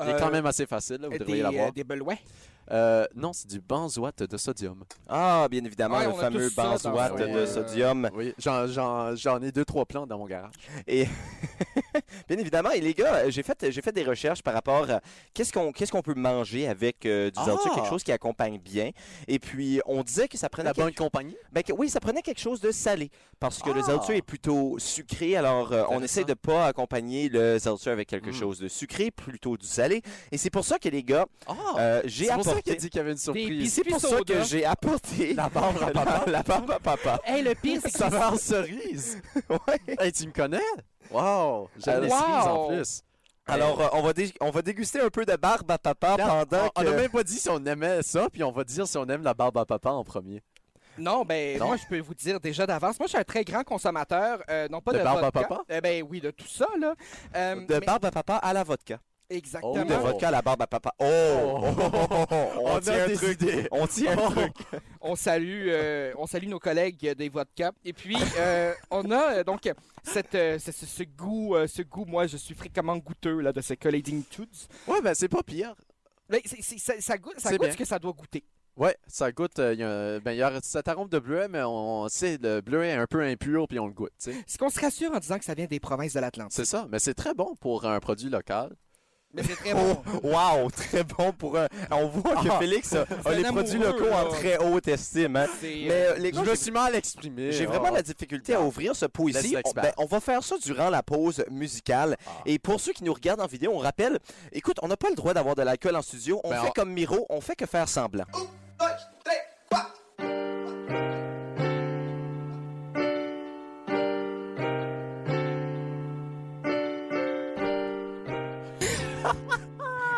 Il est Euh, quand même assez facile, là, vous Des, devriez l'avoir. euh, des belouets. Euh, non, c'est du benzoate de sodium. Ah, bien évidemment, Ouais, le on a fameux tous ça dans benzoate nos, de euh, sodium. Oui, j'en- j'en j'en ai deux, trois plans dans mon garage. Et (laughs) Bien évidemment. Et les gars, euh, j'ai fait, j'ai fait des recherches par rapport à qu'est-ce qu'on, qu'est-ce qu'on peut manger avec euh, du Ah! zeltzer, quelque chose qui accompagne bien. Et puis, on disait que ça prenait La bonne quelque- compagnie. ben, que- oui, ça prenait quelque chose de salé parce que le Ah! zeltzer est plutôt sucré. Alors, euh, on Intéressant. essaie de pas accompagner le zeltzer avec quelque Mm. chose de sucré, plutôt du salé. Et c'est pour ça que les gars, Ah! euh, j'ai c'est pour ça qu'il a apporté. dit qu'il y avait une Puis surprise. c'est pour ça que soda. j'ai apporté La barbe à papa. (laughs) la barbe à papa. Hey, le pire, c'est que Ça part cerise. (laughs) Ouais. Hey, tu me connais? Wow! J'aime les Wow! cerises en plus. Alors, euh, on va dé- on va déguster un peu de barbe à papa Regarde, pendant on, on a que- même pas dit si on aimait ça, puis on va dire si on aime la barbe à papa en premier. Non, ben Non? moi je peux vous dire déjà d'avance, moi je suis un très grand consommateur, euh, non pas De de, barbe à vodka. papa? Eh ben oui, de tout ça là. Euh, de mais- barbe à papa à la vodka. Exactement. Ou de Oh. vodka à la barbe à papa. Oh! Oh. (laughs) On, tient un truc. idées. On tient Oh! un truc. On salue, euh, on salue nos collègues euh, des vodka. Et puis euh, on a euh, donc cette, euh, ce, ce- ce goût, euh, ce goût, moi je suis fréquemment goûteux là de ces Colliding Toots. Ouais, ben c'est pas pire. Mais c'est- c'est- ça, ça goûte, ça C'est goûte bien. ce que ça doit goûter. Ouais, ça goûte. euh, il y a un- ben, il y a cet arôme de bleuet, mais on sait, le bleuet est un peu impur, puis on le goûte, tu sais. C'est qu'on se rassure en disant que ça vient des provinces de l'Atlantique. C'est ça, mais c'est très bon pour un produit local. Mais c'est très Oh, bon. wow, (laughs) très bon pour un. On voit que Ah, Félix a, a un les produits amoureux, locaux en là. très haute estime. hein. C'est, euh, Mais euh, les Je gars, me j'ai- suis Ah. mal exprimé. j'ai vraiment la difficulté à ouvrir ce pot Laisse ici. On, l'expert. ben, on va faire ça durant la pause musicale. Ah. Et pour ceux qui nous regardent en vidéo, on rappelle, écoute, on n'a pas le droit d'avoir de l'alcool en studio. On Ben, fait on- comme Miro, on fait que faire semblant.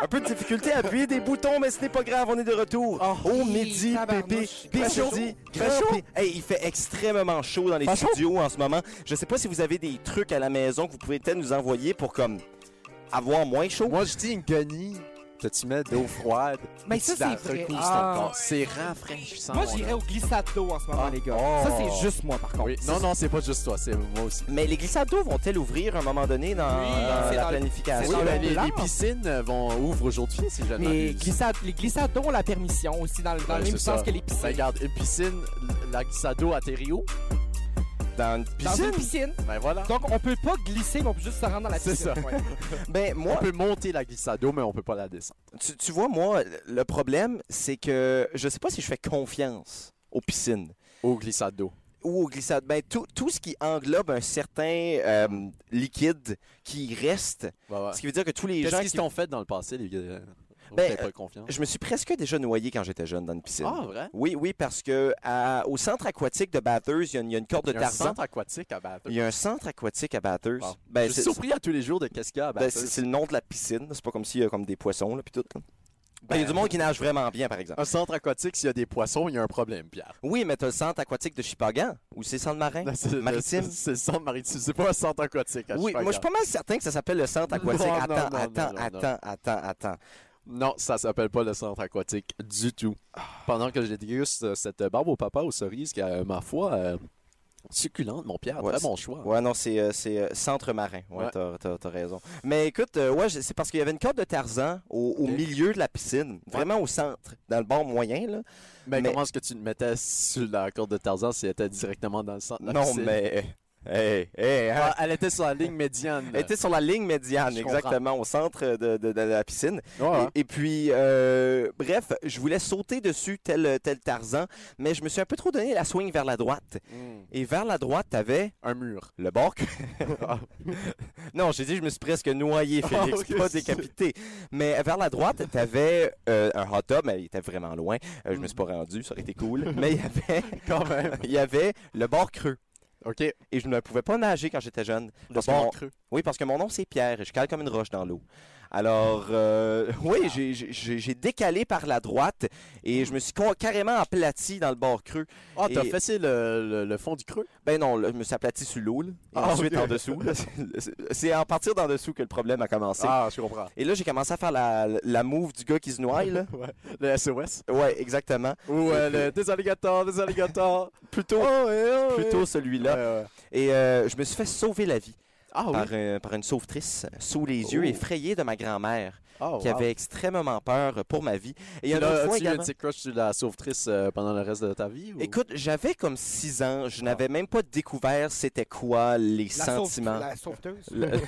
Un peu de difficulté à appuyer des boutons, mais ce n'est pas grave, on est de retour. Oh, Au hi, midi, pépé, tabarnouche. pépé, Très chaud. dit, Très grand chaud. pé- Hey, il fait extrêmement chaud dans les Pas chaud. studios en ce moment. Je sais pas si vous avez des trucs à la maison que vous pouvez peut-être nous envoyer pour comme avoir moins chaud. Moi, je dis une guenille que tu mets d'eau froide. Mais et ça, tu la c'est vrai. recouvres sur ton Ah. corps. C'est rafraîchissant. Moi mon j'irais homme. au glissade d'eau en ce moment Ah. les gars. Oh. Ça c'est juste moi par contre. Oui. Non, non, c'est pas juste toi, c'est moi aussi. Mais les glissades d'eau vont-elles ouvrir à un moment donné dans, Oui, dans c'est la dans le- planification? c'est Oui, dans ben, le les, plan. les piscines euh, vont ouvrent aujourd'hui, si je ne Les m'abuse. glissades, les glissades d'eau ont la permission aussi dans, le- dans Ouais, le même c'est sens ça. que les Ben, piscines. regarde, une piscine, l- la glissade d'eau à Terrio. Dans une Dans piscine? une piscine. Ben voilà. Donc on peut pas glisser, mais on peut juste se rendre dans la C'est piscine. ça. Ouais. Ben, moi, On peut monter la glissade d'eau, mais on peut pas la descendre. tu, tu vois, moi, le problème, c'est que je sais pas si je fais confiance aux piscines. Ou glissade d'eau. ou aux glissades. Ben, tout, tout ce qui englobe un certain euh, liquide qui reste. Ouais, ouais. Ce qui veut dire que tous les Qu'est-ce gens qu'ils qui... t'ont fait dans le passé, les gars? Vous Ben, faites euh, pas confiance? Je me suis presque déjà noyé quand j'étais jeune dans une piscine. Ah, vrai? Oui, oui, parce que à- au centre aquatique de Bathurst, il y a une, il y a une corde de Il y a un Tarzan. centre aquatique à Bathurst. Il y a un centre aquatique à Bathurst. Wow. Ben, Je suis c'est- surpris à tous les jours de qu'est-ce qu'il y a à ben, Bathurst. c'est c'est le nom de la piscine. C'est pas comme s'il y a comme des poissons, là, puis tout. là. Ben, il y a du monde qui nage vraiment bien, par exemple. Un centre aquatique, s'il y a des poissons, il y a un problème, Pierre. Oui, mais t'as le centre aquatique de Chipagan, ou c'est centre marin, (laughs) C'est- maritime. C'est le centre maritime. C'est pas un centre aquatique. à Oui, moi, je suis Chipagan. pas mal certain que ça s'appelle le centre aquatique. Non, non, attends, non, attends, non, non, attends, non. attends, attends. Non, ça s'appelle pas le centre aquatique du tout. Pendant que j'ai déguste euh, cette barbe au papa aux cerises qui a, euh, ma foi, euh, succulente, mon Pierre. Ouais, très bon choix. Ouais, non, c'est euh, c'est, euh, centre marin. Ouais, Ouais. t'as- t'as t'as raison. Mais écoute, euh, ouais, je- c'est parce qu'il y avait une corde de Tarzan au, au Ok. milieu de la piscine, vraiment au centre, dans le bord moyen, là. Mais, Mais- comment est-ce que tu le mettais sur la corde de Tarzan si elle était directement dans le centre de la non, piscine? mais. Hey, hey, hein. Ah, elle était sur la ligne médiane. Elle était sur la ligne médiane, Je Ah, exactement, au centre de, de- de la piscine. Ouais, hein? ouais. Et, et puis, euh, bref, je voulais sauter dessus tel, tel Tarzan, mais je me suis un peu trop donné la swing vers la droite. Mm. Et vers la droite, t'avais (laughs) Un mur. le bord que- Non, j'ai dit, je me suis presque noyé, Félix, Ah, ok. pas décapité. Mais vers la droite, t'avais euh, un hot tub, mais il était vraiment loin. Euh, je me Mhm. suis pas rendu, ça aurait été (laughs) cool. Mais il y avait, Quand (laughs) même. il y avait le bord creux. OK. Le Et je ne pouvais pas nager quand j'étais jeune. Parce que bord mon- creux. Oui, parce que mon nom, c'est Pierre, et je cale comme une roche dans l'eau. Alors, euh, (laughs) oui, j'ai- j'ai- j'ai j'ai décalé par la droite, et je me suis con- carrément aplati dans le bord creux. Ah, t'as Et- fessé le, le- le fond du creux? Ben non, là, je me suis aplati sur l'eau, là, et Ah, ensuite ok. en (laughs) dessous. là. C'est- C'est en partir d'en dessous que le problème a commencé. Ah, je comprends. Et là, j'ai commencé à faire la, la move du gars qui se noie, là. (laughs) Ouais. Le SOS. Ouais, exactement. Ou euh, puis- le désalligator, désalligator. Plutôt, Oh, eh, oh, eh. plutôt celui-là. Ouais, ouais. Et euh, je me suis fait sauver la vie Ah oui. par, un- par une sauvetrice sous les Oh. yeux, effrayée de ma grand-mère, Ah, qui wow. avait extrêmement peur pour ma vie. Et il y a Puis un là, autre fois as-tu eu un également. petit crush sur la sauvetrice euh, pendant le reste de ta vie? ou- Ah. Écoute, j'avais comme 6 ans, je n'avais même pas découvert c'était quoi les La, sauve- sentiments. la sauveteuse. Le- (laughs)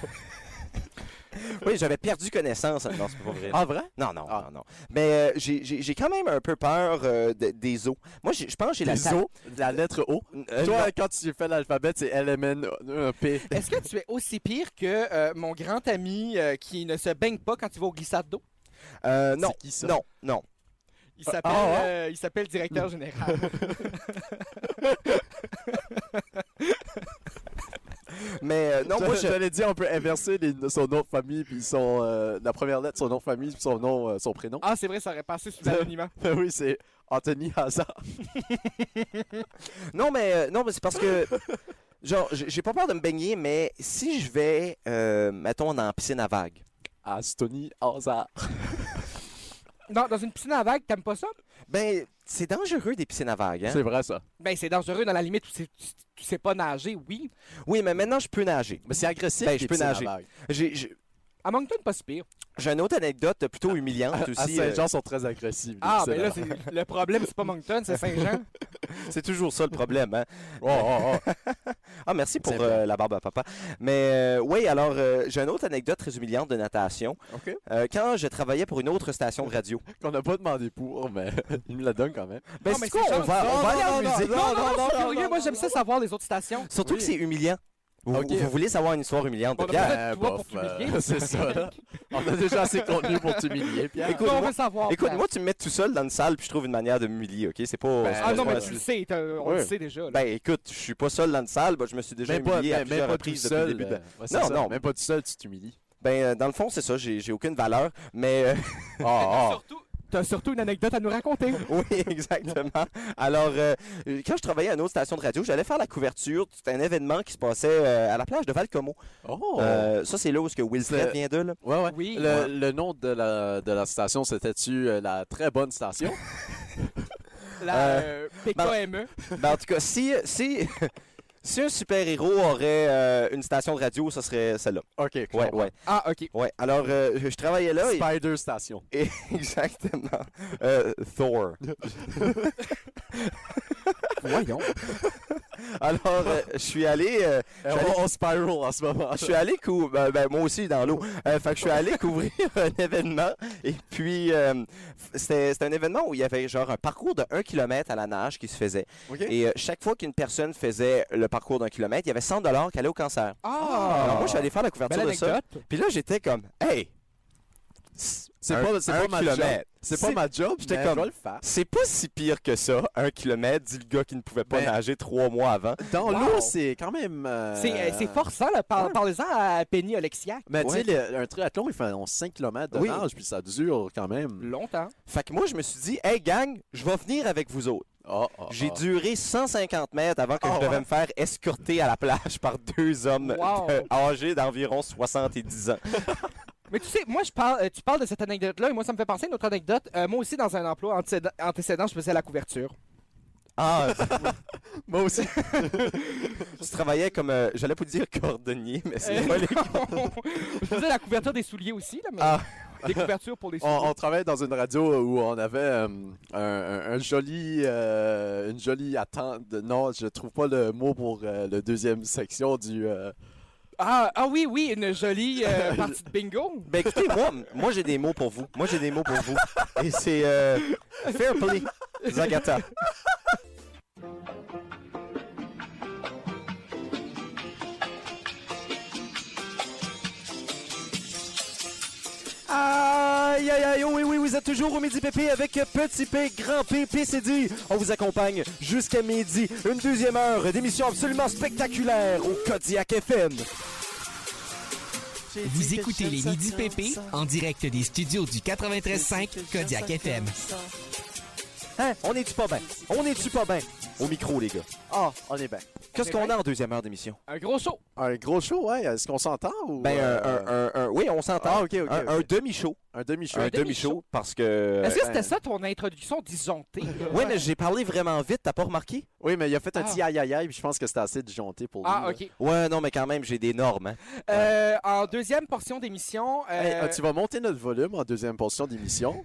Oui, j'avais perdu connaissance. Non, c'est pas vrai. Ah, vrai? Non, non, Ah. non, non. Mais euh, j'ai- j'ai j'ai quand même un peu peur euh, de- des os. Moi, j'ai- je pense que j'ai la Les ta- O, la lettre O. Euh, Toi, non. quand tu fais l'alphabet, c'est LMNP. Est-ce que tu es aussi pire que euh, mon grand ami euh, qui ne se baigne pas quand il va au glissade d'eau? Euh, non, C'est qui ça? non, non. Il s'appelle ah, ah. euh, il s'appelle directeur général. Mais euh, non, Non, moi, (laughs) je... j'allais dire, on peut inverser les- son nom de famille, puis son, euh, la première lettre, son nom de famille, puis son nom, euh, son prénom. ah, c'est vrai, ça aurait passé sous l'anonymat. Ben oui, c'est Anthony Hazard. Non, mais, euh, non, mais c'est parce que. Genre, j'ai j'ai pas peur de me baigner, mais si je vais, euh, mettons, dans la piscine à vagues. Anthony Hazard. Non, dans une piscine à vagues, t'aimes pas ça? Ben, c'est dangereux des piscines à vagues, hein? C'est vrai, ça. Ben, c'est dangereux dans la limite où c'est- tu, tu sais pas nager, oui. Oui, mais maintenant, je peux nager. Mais c'est agressif. Ben, les je peux piscines à nager. vagues. J'ai- J'ai À Moncton, pas si pire. j'ai une autre anecdote plutôt À, humiliante à aussi. euh, Saint-Jean, sont très agressifs. les Ah, piscines ben à là, vagues. c'est- le problème, c'est pas Moncton, c'est (laughs) Saint-Jean. c'est toujours ça le problème, hein? Oh, oh, oh. Ah, merci pour C'est bon. euh, la barbe à papa. Mais euh, oui, alors, euh, j'ai une autre anecdote très humiliante de natation. OK. Euh, quand je travaillais pour une autre station de radio. Qu'on n'a pas demandé pour, mais (laughs) il me la donne quand même. Ben, mais c'est quoi? c'est On va, gentil. on va Non, aller en non, musique. Non, non, non, non, sérieux, non, moi non, j'aime ça savoir les autres stations. Surtout Oui. que c'est humiliant. Vous, Ok. vous voulez savoir une histoire humiliante de On a Pierre? pas de toi bof, pour euh, (laughs) t'humilier. c'est ça. là. On a déjà assez de contenu pour t'humilier, Pierre. Écoute, on moi- veut savoir. Ah. Écoute, Pierre. moi, tu me mets tout seul dans une salle, puis je trouve une manière de m'humilier, OK? C'est pas... Ben, c'est Ah pas- non, mais c'est tu pas- le sais, t'as- on Ouais. le sait déjà. là. Ben, écoute, je suis pas seul dans une salle, ben, je me suis déjà Même pas, humilié à même, plusieurs même pas tout reprises depuis le seul. début. euh, ouais, c'est Non, ça. non. Même pas tout seul, tu t'humilies. Ben, euh, dans le fond, c'est ça, j'ai j'ai aucune valeur, mais... euh, Oh, oh. surtout, t'as surtout une anecdote à nous raconter. (laughs) Oui, exactement. Alors, euh, quand je travaillais à une autre station de radio, j'allais faire la couverture d'un événement qui se passait euh, à la plage de Valcomo. Oh. Euh, ça, c'est là où ce que Will Smith Le- vient de, là. Ouais, ouais. Oui. Le, Ouais. le nom de la, de la station, c'était-tu euh, la très bonne station? La euh, PKME. Ben, en tout cas, si, si, (laughs) si un super-héros aurait euh, une station de radio, ça serait celle-là. (laughs) OK. Ouais, ouais, Ah, ok. ouais. Alors, euh, je, je travaillais là et... Spider Station. et- (laughs) Exactement. Euh, Thor. Voyons. Alors, euh, je suis allé... euh, Euh, J'allais- on, on spiral en ce moment. Je suis allé cou- ben, ben, moi aussi dans l'eau. Euh, fait que je suis (laughs) allé couvrir un événement et puis euh, f- c'était c'était un événement où il y avait genre un parcours de 1 km à la nage qui se faisait. OK. Et euh, chaque fois qu'une personne faisait le parcours d'un kilomètre, il y avait 100 dollars qui allait au cancer. Ah, Alors moi je suis allé faire la couverture belle de ça. anecdote. Puis là j'étais comme hey, C'est Un- pas, c'est un pas ma job. kilomètre. C'est pas C'est- ma job, J'étais mais comme- je vais le faire. c'est pas si pire que ça, un kilomètre, dit le gars qui ne pouvait pas Ben- nager trois mois avant. Dans Wow. l'eau, c'est quand même... euh, C'est euh, c'est forçant, là. Par- Parlez-en à Penny Olexiac. Mais tu sais, le- un triathlon, ils font 5 km de Oui. nage, puis ça dure quand même. Longtemps. Fait que moi je me suis dit hey gang, je vais venir avec vous autres. Oh, oh, J'ai oh. duré 150 mètres avant que Ah je devais ouais. me faire escorter à la plage par deux hommes Wow. de- âgés d'environ 70 (laughs) ans. Mais tu sais, moi, je parle, euh, tu parles de cette anecdote-là, et moi, ça me fait penser à une autre anecdote. Euh, moi aussi, dans un emploi antécédent, antécédent, je faisais la couverture. (laughs) Ah, Moi aussi. je travaillais comme, euh, j'allais vous dire cordonnier, mais c'est (laughs) Euh, pas les... non. (laughs) je faisais la couverture des souliers aussi, là, mais Ah. des couvertures pour les On, souliers. on travaillait dans une radio où on avait euh, un, un- un joli, euh, une jolie attente. de- Non, je trouve pas le mot pour euh, le deuxième section du. euh, Ah, ah oui, oui, une jolie euh, (laughs) partie de bingo. Ben écoutez, moi, moi j'ai des mots pour vous. Moi j'ai des mots pour vous. Et c'est euh, Fair Play, Zagata. Aïe, aïe, aïe, oh oui, oui, vous êtes toujours au Midi Pépé avec Petit P, Grand P, PCD. On vous accompagne jusqu'à midi. Une deuxième heure d'émission absolument spectaculaire au Kodiak FM. Vous écoutez les Midi PP en direct des studios du 93.5 Kodiak FM. Hein? On est-tu pas bien? On est-tu pas bien? Au micro, les gars. Ah, on est bien. Qu'est-ce qu'on a en deuxième heure d'émission? Un gros show. Un gros show, ouais. Est-ce qu'on s'entend ou. Ben euh, un, un, un, un- oui, on s'entend. Ah, ok, ok. un ok. un demi-show. Un demi-show. Un demi-show parce que... Est-ce que ben- c'était ça ton introduction disjonctée? Euh, Oui, mais j'ai parlé vraiment vite, t'as pas remarqué? Oui, mais il a fait un Ah. petit aïe aïe aïe, puis je pense que c'était assez disjoncté pour lui. (laughs) Ah, là. ok. Ouais, non, mais quand même, j'ai des normes. hein. Euh, en deuxième portion d'émission, euh, (laughs) Hey, ah, tu vas monter notre volume en deuxième portion d'émission.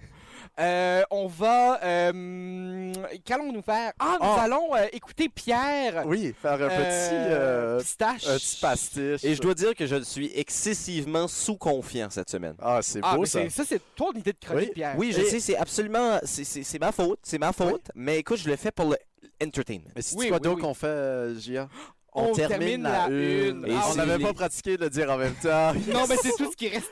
Euh, on va. euh, Qu'allons-nous faire? Ah, nous Ah. allons euh, écouter Pierre. Oui, faire un petit, euh, euh, pistache. un petit pastiche. Et je dois dire que je suis excessivement sous-confiant cette semaine. Ah, c'est Ah, beau mais ça. c'est- ça, c'est ton idée de chronique, Oui. Pierre. Oui, je Et- sais, c'est absolument. c'est- C'est c'est ma faute, c'est ma faute. Mais écoute, je le fais pour le entertainment. (laughs) Mais c'est Oui, quoi oui, donc oui. qu'on fait, euh, Gia? On termine la une. Et Ah, on c'est n'avait les- pas pratiqué de le dire en même temps. Non, mais c'est tout ce qui reste.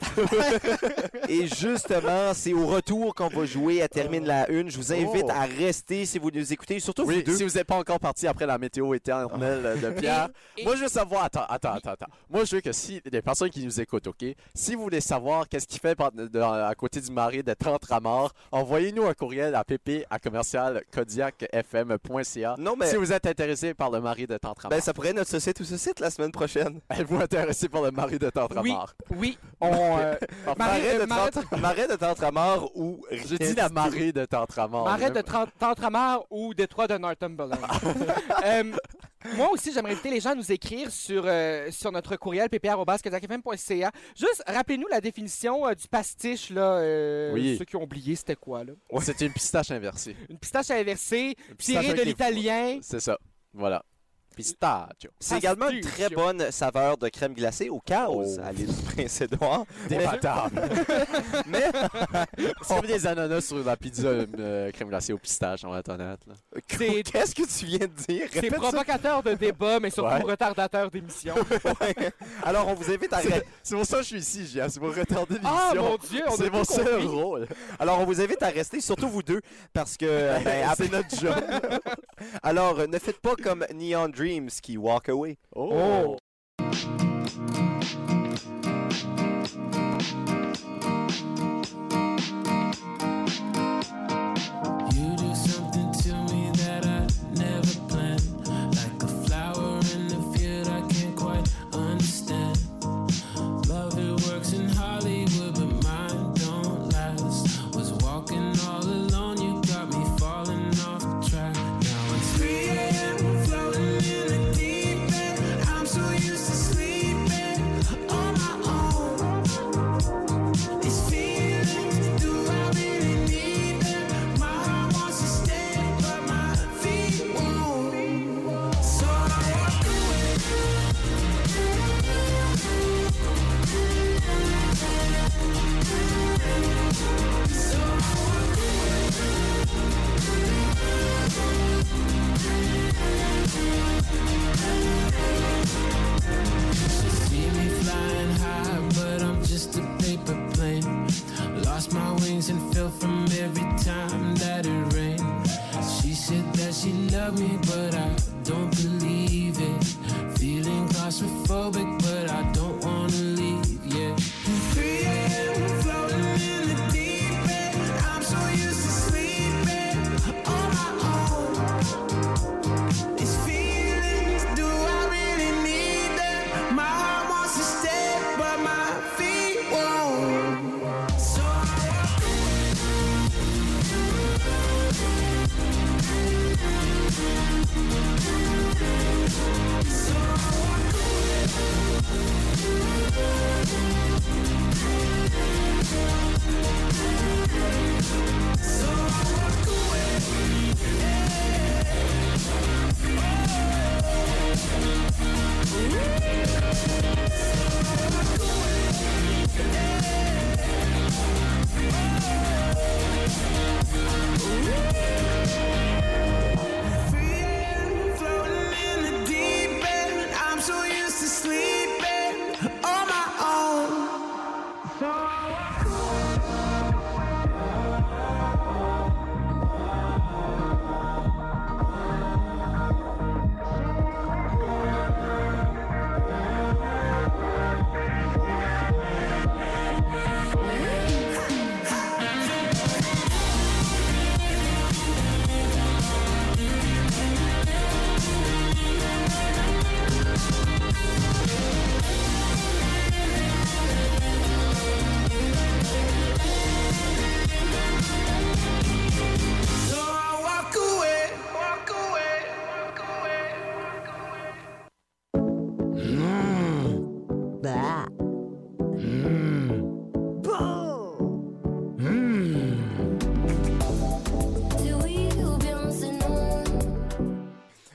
Et justement, c'est au retour qu'on va jouer à Termine la Une. Je vous invite Oh. à rester si vous nous écoutez, surtout Oui, vous deux. si vous n'êtes pas encore parti après la météo éternelle euh, de Pierre, Et- moi je veux savoir, attends, attends, attends, attends. Moi je veux que si les personnes qui nous écoutent, ok, si vous voulez savoir qu'est-ce qu'il fait par- de- à côté du marais de Tantra mort, envoyez-nous un courriel à pp à commercial kodiakfm.ca. Non, mais Si vous êtes intéressé par le mari de Tantra ben, mort, ça pourrait être notre société ou ce site la semaine prochaine. êtes-vous intéressé par le mari de Tantra Oui, mort? oui, on. euh, Enfin, Marais- Marais de, euh, Marais- Tantra- Marais de Tantramar ou J'ai dit la marée de Tantra mort. Marais de Même- Tran- Tantramar ou Détroit (laughs) de Northumberland. Euh, moi aussi, j'aimerais inviter les gens à nous écrire sur, euh, sur notre courriel ppr.ca. Juste, rappelez-nous la définition euh, du pastiche, là. euh, Oui. Ceux qui ont oublié, c'était quoi, là? C'est une pistache inversée. Une pistache inversée, Une pistache tirée de avec les- (laughs) l'italien. C'est ça. Voilà. Pistachio. C'est également une très Astucieux. bonne saveur de crème glacée au chaos Oh. à l'île du Prince-Édouard. Débattable. (laughs) Mais C'est comme des ananas sur la pizza euh, crème glacée au pistache, on va être honnête. là. C'est- qu'est-ce que tu viens de dire? C'est Répète ça. provocateur de débat, mais surtout Ouais. retardateur d'émission. Alors, on vous invite à C'est- C'est pour ça que je suis ici, Gia. C'est pour retarder Ah, l'émission. mon Dieu, on a c'est mon tout seul compris. rôle. Alors, on vous invite à rester, surtout vous deux, parce que ben, après- c'est notre job. (laughs) Alors, euh, ne faites pas comme Neon Dreams qui walk away. Oh. You do something to me that I never planned. Like a flower in the field, I can't quite understand. Love it works in Hollywood, but mine don't last. Was walking all alone, you got me falling off track. Now it's 3 a.m. floating in the deep end. I'm so used to sleeping on my own. These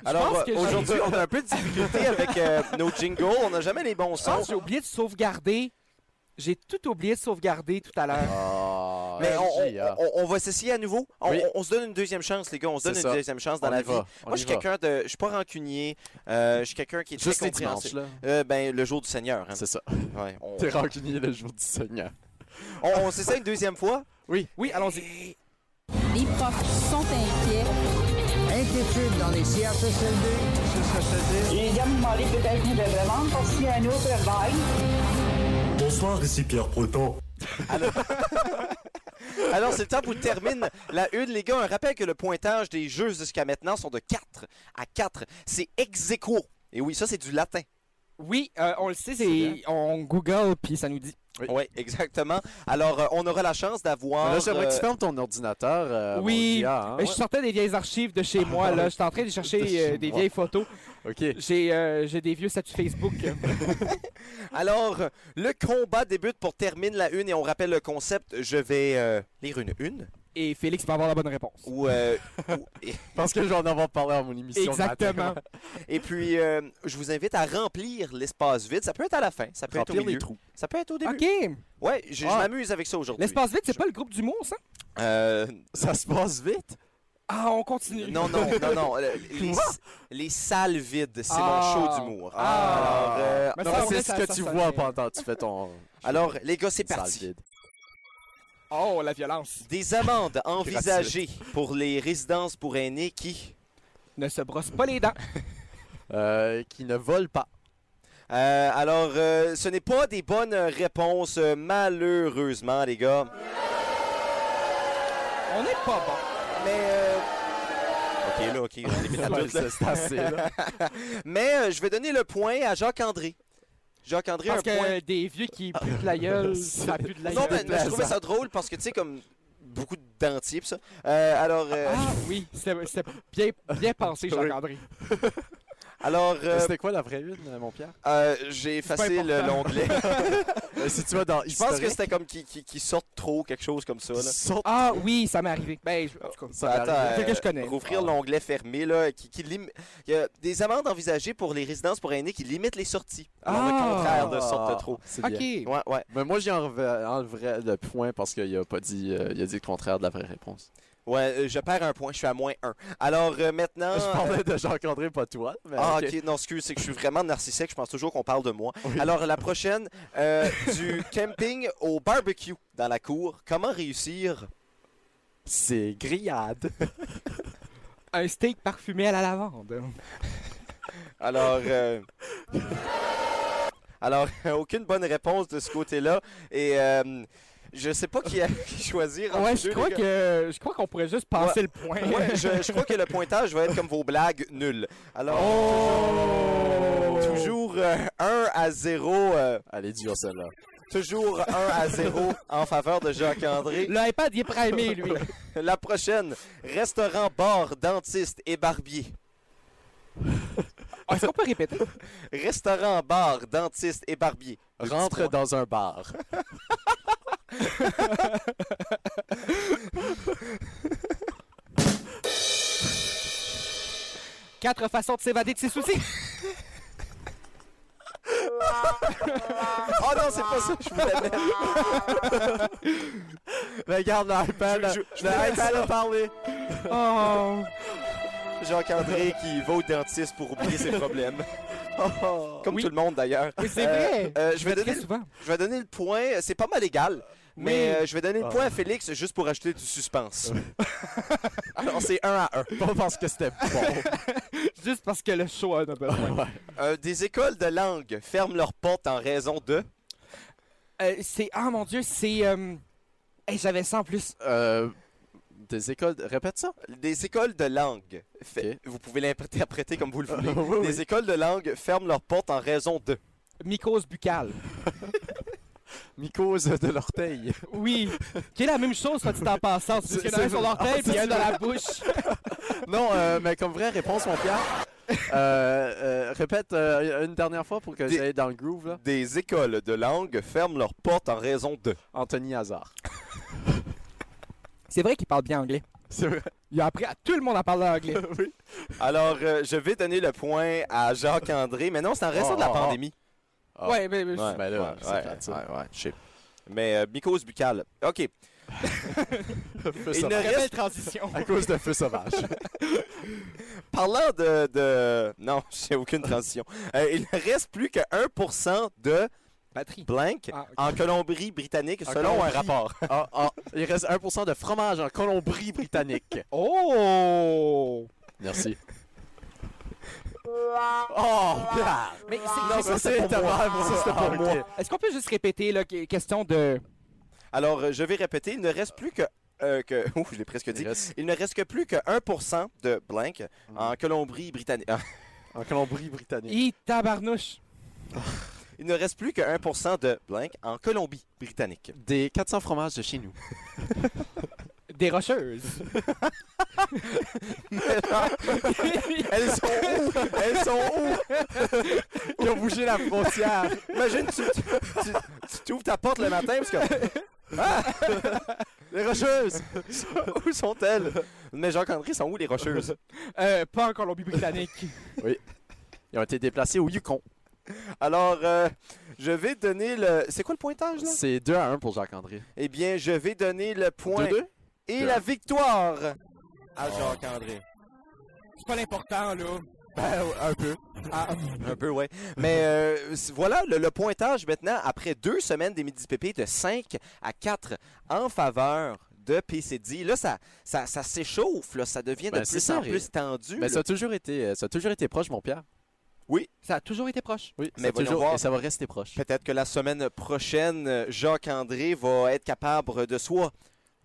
Alors, pense que euh, j'ai- aujourd'hui, on a un peu de difficulté avec euh, nos jingles. On n'a jamais les bons Ah, sons. j'ai oublié de sauvegarder. J'ai tout oublié de sauvegarder tout à l'heure. Ah, Mais on, LG, on- ah. on- on va s'essayer à nouveau. On, Oui. on- on se donne une deuxième chance, les gars. On se C'est donne une ça. deuxième chance dans On la y vie. va. On Moi, je y suis va. quelqu'un de. Je suis pas rancunier. Euh, je suis quelqu'un qui est Juste très les dimanches, compréhensif. là. Euh, ben, le jour du Seigneur. hein. C'est ça. Ouais, on T'es rancunier le jour du Seigneur. on, on s'essaye une deuxième fois. Oui, allons-y. Les profs sont inquiets. Inquiétude dans les CHSLD, CHSLD. J'ai déjà demandé peut-être qu'on devrait vendre pour signer un autre bail. Bonsoir, ici Pierre Proton. Alors, c'est le temps pour termine la une, les gars. Un rappel que le pointage des jeux jusqu'à maintenant sont de 4 à 4. C'est ex aequo. Et oui, ça, c'est du latin. Oui, euh, on le sait, c'est- on Google puis ça nous dit. Oui, exactement. Alors, euh, on aura la chance Mais d'avoir. là, j'aimerais que euh, tu fermes ton ordinateur. euh, Ah, oui, mon gars, Ah hein. Euh, Je sortais des vieilles archives de chez moi. là, J'étais en train de chercher euh, des vieilles photos. Ok. J'ai euh, j'ai des vieux statuts (laughs) Facebook. Alors, le combat débute pour termine la une et on rappelle le concept. Je vais euh, lire une une Et Félix peut avoir la bonne réponse. ou, euh, ou- et, Parce que je vais en avoir parlé à mon émission. le matin. Exactement. et puis euh, je vous invite à remplir l'espace vide. Ça peut être à la fin, ça peut être au Remplir les milieu, trous. ça peut être au début. OK. Ouais, je, je Ah. m'amuse avec ça aujourd'hui. L'espace vide, c'est pas le groupe d'humour, ça? Euh, Ça se passe vite. Ah, on continue. non (laughs) non non non. euh, Les, les salles vides, c'est mon Ah. show d'humour. Ah. Alors, euh, Mais Non, ça, mais en vrai, c'est ce ça- que ça tu sonne vois bien. pendant tu fais ton. alors les gars, c'est sale parti. vide. Oh, la violence. Des amendes envisagées pour les résidences pour aînés qui Ne se brosse pas les dents. Euh, qui ne vole (laughs) pas. Euh, alors, euh, ce n'est pas des bonnes réponses, euh, malheureusement, les gars. On n'est pas bon. Mais. euh, Ok, là, ok, on élimine la Ouais, toute, là. Ah, c'est c'est assez, là. (laughs) Mais euh, je vais donner le point à Jacques-André. Jacques-André, un Parce que point. Ah. des vieux qui puent de (laughs) la gueule, ça pue de la gueule. Non, mais je trouvais ça drôle parce que, tu sais, comme beaucoup de dentiers, pis ça. Euh, alors, euh, Ah oui, c'était c'était bien, bien (laughs) pensé, Jacques-André. alors euh, C'était quoi la vraie une, euh, mon Pierre euh, j'ai pas effacé le- important. l'onglet. Euh, Si tu vas dans (laughs) je pense que historique, c'était comme qui, qui, qui sortent trop, quelque chose comme ça. Là. saute- Ah oui, ça m'est arrivé. Ben, je- en tout cas, ça arrive. Attends, euh, Quelqu'un que je connais. Rouvrir Ah. l'onglet fermé, là, qui, qui lim- Il y a des amendes envisagées pour les résidences pour aînés qui limitent les sorties. Alors, Ah. le contraire de sorte de trop. C'est bien. OK. Ouais, ouais, Mais moi, j'y enlevais- enlèverais le point parce qu'il a pas dit, euh, il a dit le contraire de la vraie réponse. ouais. euh, je perds un point, je suis à moins un. Alors, euh, maintenant... Je parlais de Jacques-André, pas toi. Mais Ah, ok. ok, non, excuse, c'est que je suis vraiment narcissique, je pense toujours qu'on parle de moi. Alors, la prochaine, euh, du camping au barbecue dans la cour. Comment réussir C'est grillade. Un steak parfumé à la lavande. Alors, euh, alors euh, aucune bonne réponse de ce côté-là. Et euh, je sais pas qui a (laughs) qui choisir. entre Ouais, les je deux, crois les gars. que je crois qu'on pourrait juste passer le point. Ouais, (laughs) je, je crois que le pointage va être comme vos blagues nulles. Alors, Oh! toujours, toujours, euh, 1 à 0. euh, Elle est dure, celle-là. toujours 1 à 0 en faveur de Jacques-André. L'iPad, il est primé, (laughs) lui. La prochaine, restaurant, bar, dentiste et barbier. Ah, Est-ce qu'on peut répéter? Restaurant, bar, dentiste et barbier. Rentre dans un bar. Quatre façons de s'évader de ses (laughs) soucis. Oh non, c'est pas ça que je voulais mettre. (laughs) Regarde l'iPad. Je- je- je voulais Le iPad a parlé. Oh. (laughs) Jacques-André qui va au dentiste pour oublier ses problèmes. Oh, Comme Oui. tout le monde d'ailleurs. Oui, c'est Euh, vrai. euh, je, vais Très donner, souvent. je vais donner le point. C'est pas mal égal. Mais Oui. euh, je vais Ah. donner le point à Félix juste pour ajouter du suspense. (laughs) Alors c'est 1 à 1. Pas parce que (laughs) c'était bon. Juste parce que le show en a besoin. Euh, des écoles de langue ferment leurs portes en raison de. Euh, c'est. Ah mon dieu, c'est. euh, hey, j'avais ça en plus. Euh, des écoles. Répète ça. Des écoles de langue. Fait- Ok. Vous pouvez l'interpréter comme vous le voulez. oui, Des écoles de langue ferment leurs portes en raison de. Mycose buccale. Mycose de l'orteil. Oui. Qui est la même chose, soit dit en passant. C'est juste qu'il y en a un sur l'orteil puis il y en a un dans la bouche. (laughs) Non, euh, mais comme vraie réponse, mon Pierre. Euh, euh, répète euh, une dernière fois pour que Des- j'aille dans le groove. Là. Des écoles de langue ferment leurs portes en raison de. Anthony Hazard. C'est vrai qu'il parle bien anglais. C'est vrai. Il a appris à tout le monde à parler anglais. oui. Alors, euh, je vais donner le point à Jacques-André, mais non, c'est en restant de la oh, oh. pandémie. Ah. Ouais, mais, mais- Ben là, c'est plate, ça. ouais, ouais, je sais. Mais euh, mycose buccale. OK. (laughs) Feu Il ne sauvage. très belle reste- transition. À cause de feu sauvage. Parlant de... de... Non, (laughs) j'ai aucune transition. Euh, il ne reste plus que 1% de Batterie. blank Ah, ok. en Colombie-Britannique, En selon un Colombie. rapport. (laughs) Ah, ah, il reste 1% de fromage en Colombie-Britannique. Oh! (laughs) Merci. Oh, merde. Mais c'est- Non, c'est- ça c'est ta brave, ça c'était Ah, pour moi. Est-ce qu'on peut juste répéter, là, que- question de... Alors, euh, je vais répéter, il ne reste plus que... euh, que... (laughs) Ouh, je l'ai presque dit. Il reste Il ne reste Mm. que plus que 1% de blank en Colombie-Britannique. En Colombie-Britannique. I tabarnouche. Il ne reste plus que 1% de blank en Colombie-Britannique. Des 400 fromages de chez nous. Des (laughs) rocheuses. (laughs) Elles sont où? Elles sont où? Ils ont bougé la frontière. Imagine, tu, tu, tu- tu ouvres ta porte le matin parce que. (laughs) Ah! Les rocheuses! où sont-elles? Mais Jacques-André, sont où les rocheuses? Euh, pas en Colombie-Britannique. Ils ont été déplacés au Yukon. Alors, euh, je vais donner le. C'est quoi le pointage, là? C'est 2 à 1 pour Jacques-André. Eh bien, je vais donner le point. 2-2 Et la victoire à Jacques-André. Ah, C'est pas l'important, là. Ben, Ah. un peu. (laughs) un peu, ouais. Mais euh, c- voilà, le, le pointage maintenant, après deux semaines des Midi Pépé, de 5 à 4 en faveur de PCD. Là, ça, ça, ça s'échauffe, là, ça devient Ben, de c'est plus ça, en et- plus tendu. là. Mais ça a toujours été, euh, ça a toujours été proche, mon Pierre. Ça a toujours été proche. Oui, Mais mais voyons toujours, voir. et ça va rester proche. Peut-être que la semaine prochaine, euh, Jacques-André va être capable de soit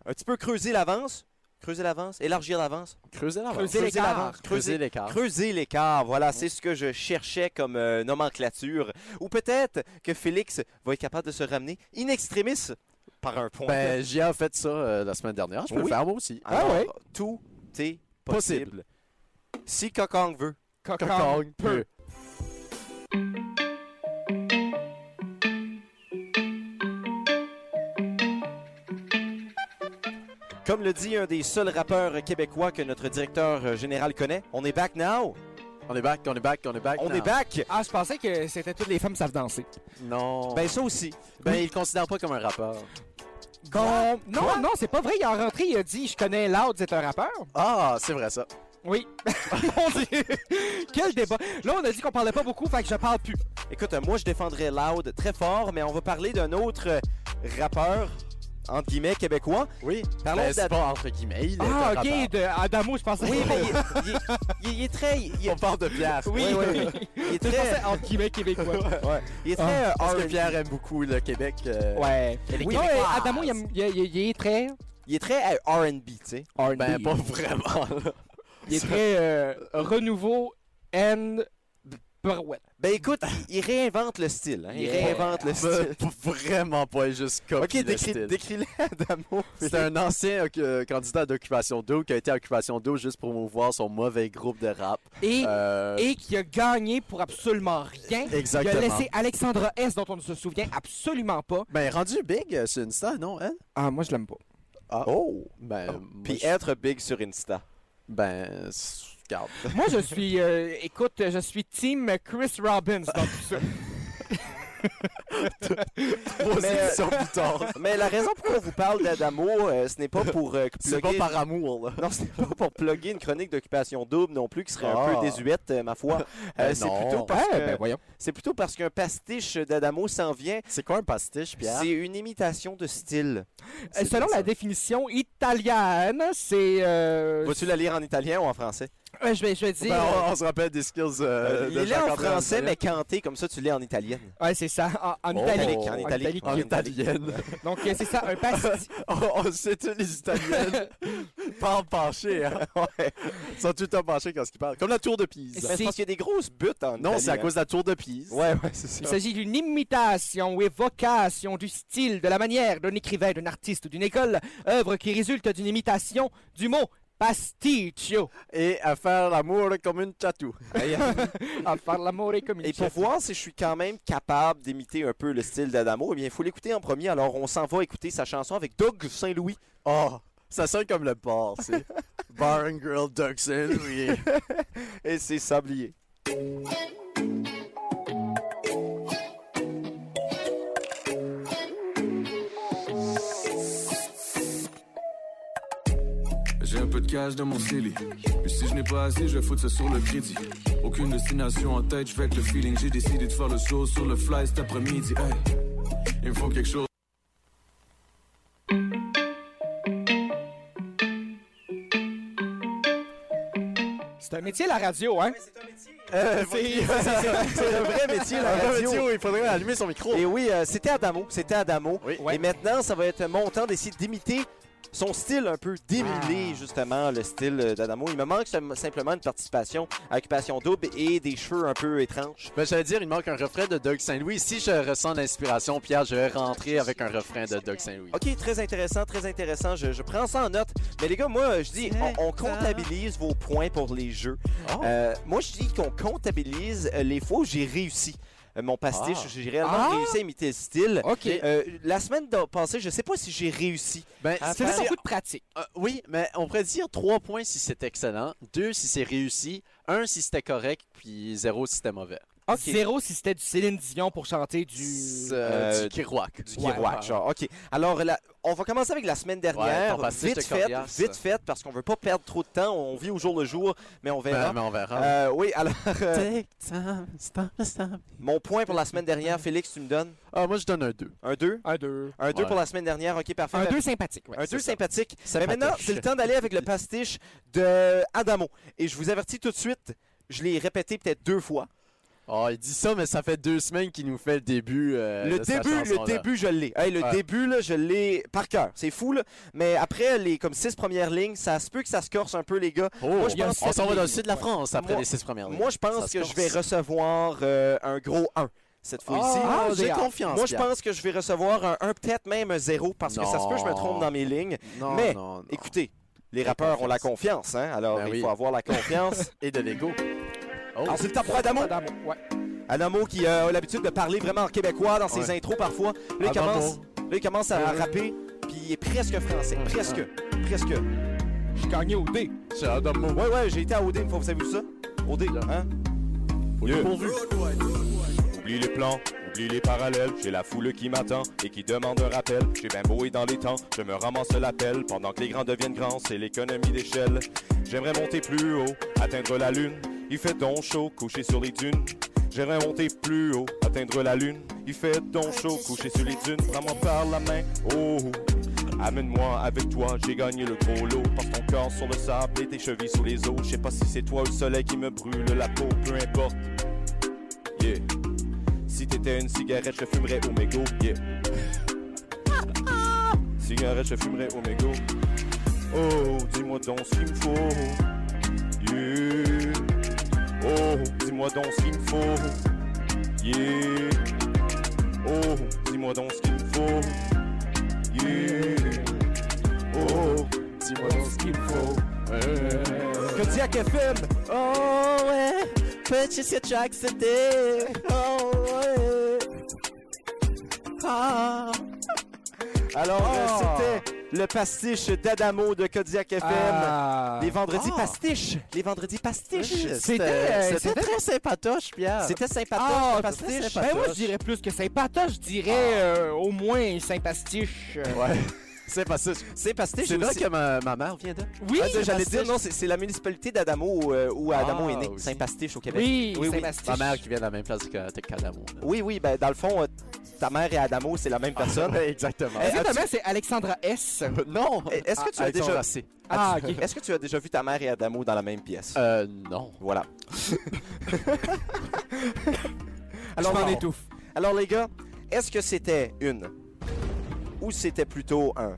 un petit peu creuser l'avance, creuser l'avance, élargir l'avance, Creuser l'avant. Creuser l'écart. Creuser l'écart. Creuser l'écart, voilà, c'est ce que je cherchais comme euh, nomenclature. Ou peut-être que Félix va être capable de se ramener in extremis par un point. Ben, j'ai en fait ça euh, la semaine dernière. Je peux Oui. le faire moi aussi. Alors, ah ouais? Tout est possible. Si Kokong veut. Cocon. peu. Comme le dit un des seuls rappeurs québécois que notre directeur euh, général connaît, on est back now. On est back, on est back, on est back. On Non. est back. Ah, je pensais que c'était toutes les femmes savent danser. Non. Ben, Ben ça aussi. il le considère pas comme un rappeur. Bon, non, non, c'est pas vrai. Il est rentré, il a dit Je connais Loud, c'est un rappeur. Ah, c'est vrai ça. Oui. (laughs) Mon Dieu. Quel débat. Là, on a dit qu'on parlait pas beaucoup, fait que je parle plus. Écoute, euh, moi je défendrais Loud très fort, mais on va parler d'un autre euh, rappeur entre guillemets québécois. Oui. Parlons Ben, c'est d'Ad- pas entre guillemets. Il est Ah, un rappeur. ok, de Adamo, je pensais. Oui, mais (laughs) il, est- il est- il est- il est très, il est, On parle de Pierre. Oui, Ouais, ouais, (laughs) oui. il est Je très, pensais entre guillemets québécois. il est très euh, Ah, Parce que R&B. Pierre aime beaucoup le Québec. euh, Ouais. les Oui, non, Québécoises. euh, Adamo, il aime- il il- il est très. Il est très euh, R&B, tu sais. R&B. Ben, pas vraiment. (laughs) là. Il est très euh, renouveau and barouette. Ben écoute, il, il réinvente le style. hein, Il Yeah. réinvente le style. Ben, p- vraiment pas (laughs) il juste copie Ok, le décris- style. décris-le, Adamo. C'est un ancien euh, candidat d'Occupation d'eau qui a été à Occupation d'eau juste pour mouvoir son mauvais groupe de rap. Et, Euh, et qui a gagné pour absolument rien. Exactement. Il a laissé Alexandra S, dont on ne se souvient absolument pas. Ben, rendu big euh, sur Insta, non, elle? Ah, moi, je l'aime pas. Ah. Oh! Ben, moi, Euh, Puis je- être big sur Insta. ben, s- regarde. moi, je suis. euh, écoute, je suis team Chris Robbins dans tout (laughs) ça. Trois (laughs) émissions plus tard. euh, Mais la raison pourquoi on vous parle d'Adamo, euh, ce n'est pas pour euh, C'est pas plugger- par amour, là. (laughs) Non, ce n'est pas pour plugger une chronique d'occupation double non plus qui serait un Ah. peu désuète, euh, ma (laughs) foi. Euh, Ben c'est non. plutôt parce Ouais, que- ben voyons. c'est plutôt parce qu'un pastiche d'Adamo s'en vient. C'est quoi un pastiche, Pierre? C'est une imitation de style. Euh, Selon la définition italienne, c'est. euh, Vas-tu la lire en italien ou en français? euh, je, vais, je vais dire. Ben, on, on se rappelle des skills euh, il de est en Jacques-André français, mais Antonin. canté, comme ça tu l'es en italienne. Ouais, c'est ça. En, en Oh. italique. En En italique. En italienne. Donc, euh, c'est ça, (laughs) un pastiche. on, on sait tous les (laughs) Italiennes. pas empanchés, hein. Ouais. Ils sont tout empanchés quand ils parlent. Comme la tour de Pise. Mais je pense qu'il y a des grosses buttes en Non, c'est à italien. cause de la tour de Pise. Ouais, ouais, c'est ça. Il s'agit d'une imitation ou évocation du style, de la manière d'un écrivain, d'un artiste ou d'une école, œuvre qui résulte d'une imitation du mot pasticcio. Et à faire l'amour comme une tatou. À faire l'amour et (laughs) Et (laughs) pour voir si je suis quand même capable d'imiter un peu le style d'Adamo, eh bien, il faut l'écouter en premier. Alors, on s'en va écouter sa chanson avec Doug Saint-Louis. Oh, Ça sonne comme le port, (laughs) c'est Bar and Grill Duxon, oui. Et c'est sablier. J'ai un peu de cash dans mon CELI. Mais si je n'ai pas assez, je vais foutre ça sur le crédit. Aucune destination en tête, je vais avec le feeling. J'ai décidé de faire le show sur le fly cet après-midi. Hey, il me faut quelque chose. C'est un métier, la radio, hein? Euh, c'est- C'est un vrai métier, la Un vrai radio. métier où il faudrait allumer son micro. Et oui, euh, c'était Adamo. C'était Adamo. Ouais. Et maintenant, ça va être mon temps d'essayer d'imiter son style un peu Ah. d'émuler, justement, le style euh, d'Adamo. Il me manque sim- simplement une participation à Occupation Double et des cheveux un peu étranges. Ben, j'allais dire, il manque un refrain de Doug Saint-Louis. Si je ressens l'inspiration, Pierre, je vais rentrer avec un refrain de Doug Saint-Louis. OK, très intéressant, très intéressant. Je, je prends ça en note. Mais les gars, moi, je dis, on, on comptabilise vos points pour les jeux. Oh. Euh, moi, je dis qu'on comptabilise euh, les fois où j'ai réussi. euh, Mon pastiche, Ah. j'ai réellement Ah. réussi à imiter le style. OK. Euh, la semaine de- passée, je sais pas si j'ai réussi. Ben, à c'est faire- beaucoup de pratique. Ah, oui, mais on pourrait dire 3 points si c'est excellent, 2 si c'est réussi, 1 si c'était correct, puis 0 si c'était mauvais. Zéro si c'était du Céline Dion pour chanter du. Euh, du Kerouac. Du Kerouac, genre. OK. Alors, la- on va commencer avec la semaine Ouais, dernière. ton pastiche vite de fait, coriace. vite fait, parce qu'on veut pas perdre trop de temps. On vit au jour le jour, mais on verra. Ben, mais on verra. Euh, oui, alors, euh, Take time, stop, stop. mon point pour la semaine dernière, Félix, tu me donnes Ah, moi, je donne un 2. un 2. Un deux. Un 2 Ouais. pour la semaine dernière. OK, parfait. Un Ben, deux sympathique, ouais. Un 2 ça. sympathique. Mais Sympatoche. maintenant, c'est le temps d'aller avec le pastiche de Adamo. Et je vous avertis tout de suite, je l'ai répété peut-être deux fois. Oh, il dit ça, mais ça fait deux semaines qu'il nous fait le début. euh, Le de sa début, le chanson-là. début, je l'ai. Hey, le Ouais. début, là, je l'ai par cœur. C'est fou, là. Mais après, les comme six premières lignes, ça se peut que ça se corse un peu, les gars. Oh, Moi, je il y a pense on sept s'en va dans le lignes. sud de la France après Moi- les six premières lignes. Moi, je Ah Ça pense se que je vais corse. recevoir euh, un gros 1 cette fois-ci. Ah, Ah, j'ai j'ai hâte. confiance. Moi, je Pierre. pense que je vais recevoir un 1, peut-être même un 0, parce que ça se peut que je me trompe Non. dans mes lignes. Non, Mais, non, non. Écoutez, les rappeurs ont la confiance, hein? Alors, Ben il oui. faut avoir la (laughs) confiance. Et de l'ego. Oh. Alors, c'est le temps pour Adamo. Madame, ouais. Adamo qui euh, a l'habitude de parler vraiment en québécois dans ses Ouais. intros parfois. Là, il Adamo. commence, là, il commence à Ouais. rapper, puis il est presque français. Presque. Presque. Je gagnais au dé. C'est Adamo. Ouais, ouais, j'ai été à OD une fois, vous avez vu ça? OD, hein? Oublie les plans, oublie les parallèles, j'ai la foule qui m'attend et qui demande un rappel. J'ai bien beau et dans les temps, je me ramasse l'appel. Pendant que les grands deviennent grands, c'est l'économie d'échelle. J'aimerais monter plus haut, atteindre la lune. Il fait donc chaud, couché sur les dunes. J'aimerais monter plus haut, atteindre la lune. Il fait donc chaud, couché sur les dunes. Prends-moi par la main, oh. Amène-moi avec toi, j'ai gagné le gros lot. Porte ton corps sur le sable et tes chevilles sous les eaux. Je sais pas si c'est toi ou le soleil qui me brûle la peau, peu importe. Yeah. Si t'étais une cigarette, je fumerais au mégot. Yeah. cigarette, je fumerais au mégot. Oh, dis-moi donc ce qu'il me faut. Yeah. Oh, dis-moi donc ce qu'il me faut. Yeah. Oh, dis-moi donc ce qu'il me faut. Yeah. Oh, dis-moi donc ce qu'il me faut. Euh. Kodiak FM! Oh ouais! Purchase your tracks today! Oh ouais! Ah! Alors, Ah. euh, c'était le pastiche d'Adamo de Kodiak FM. Ah. Les vendredis Ah. pastiches! Les vendredis pastiches! C'était, euh, C'était très sympatoche, Pierre. C'était sympatoche, Ah, le pastiche! pastiche. Ben moi, je dirais plus que sympatoche. Je dirais euh, au moins sympastiche. euh. Ouais. Sympatoche. C'est pastiche C'est là aussi. que ma, ma mère vient de. Oui, Ah, J'allais pastiche. dire, non, c'est c'est la municipalité d'Adamo euh, où Adamo est né. aussi. Saint-Pastiche au Québec. oui, oui. sympastiche. Ma mère qui vient de la même place que euh, Cadamo. Oui, oui, ben dans le fond, euh, ta mère et Adamo, c'est la même personne. ben, exactement. Est-ce que ta mère, c'est Alexandra S? (laughs) Non. Eh, Est-ce que tu as Alexandre déjà Astier. Ah, As-tu- Est-ce que tu as déjà vu ta mère et Adamo dans la même pièce Euh, non. Voilà. Je m'en bon. étouffe. Alors les gars, est-ce que c'était une ou c'était plutôt un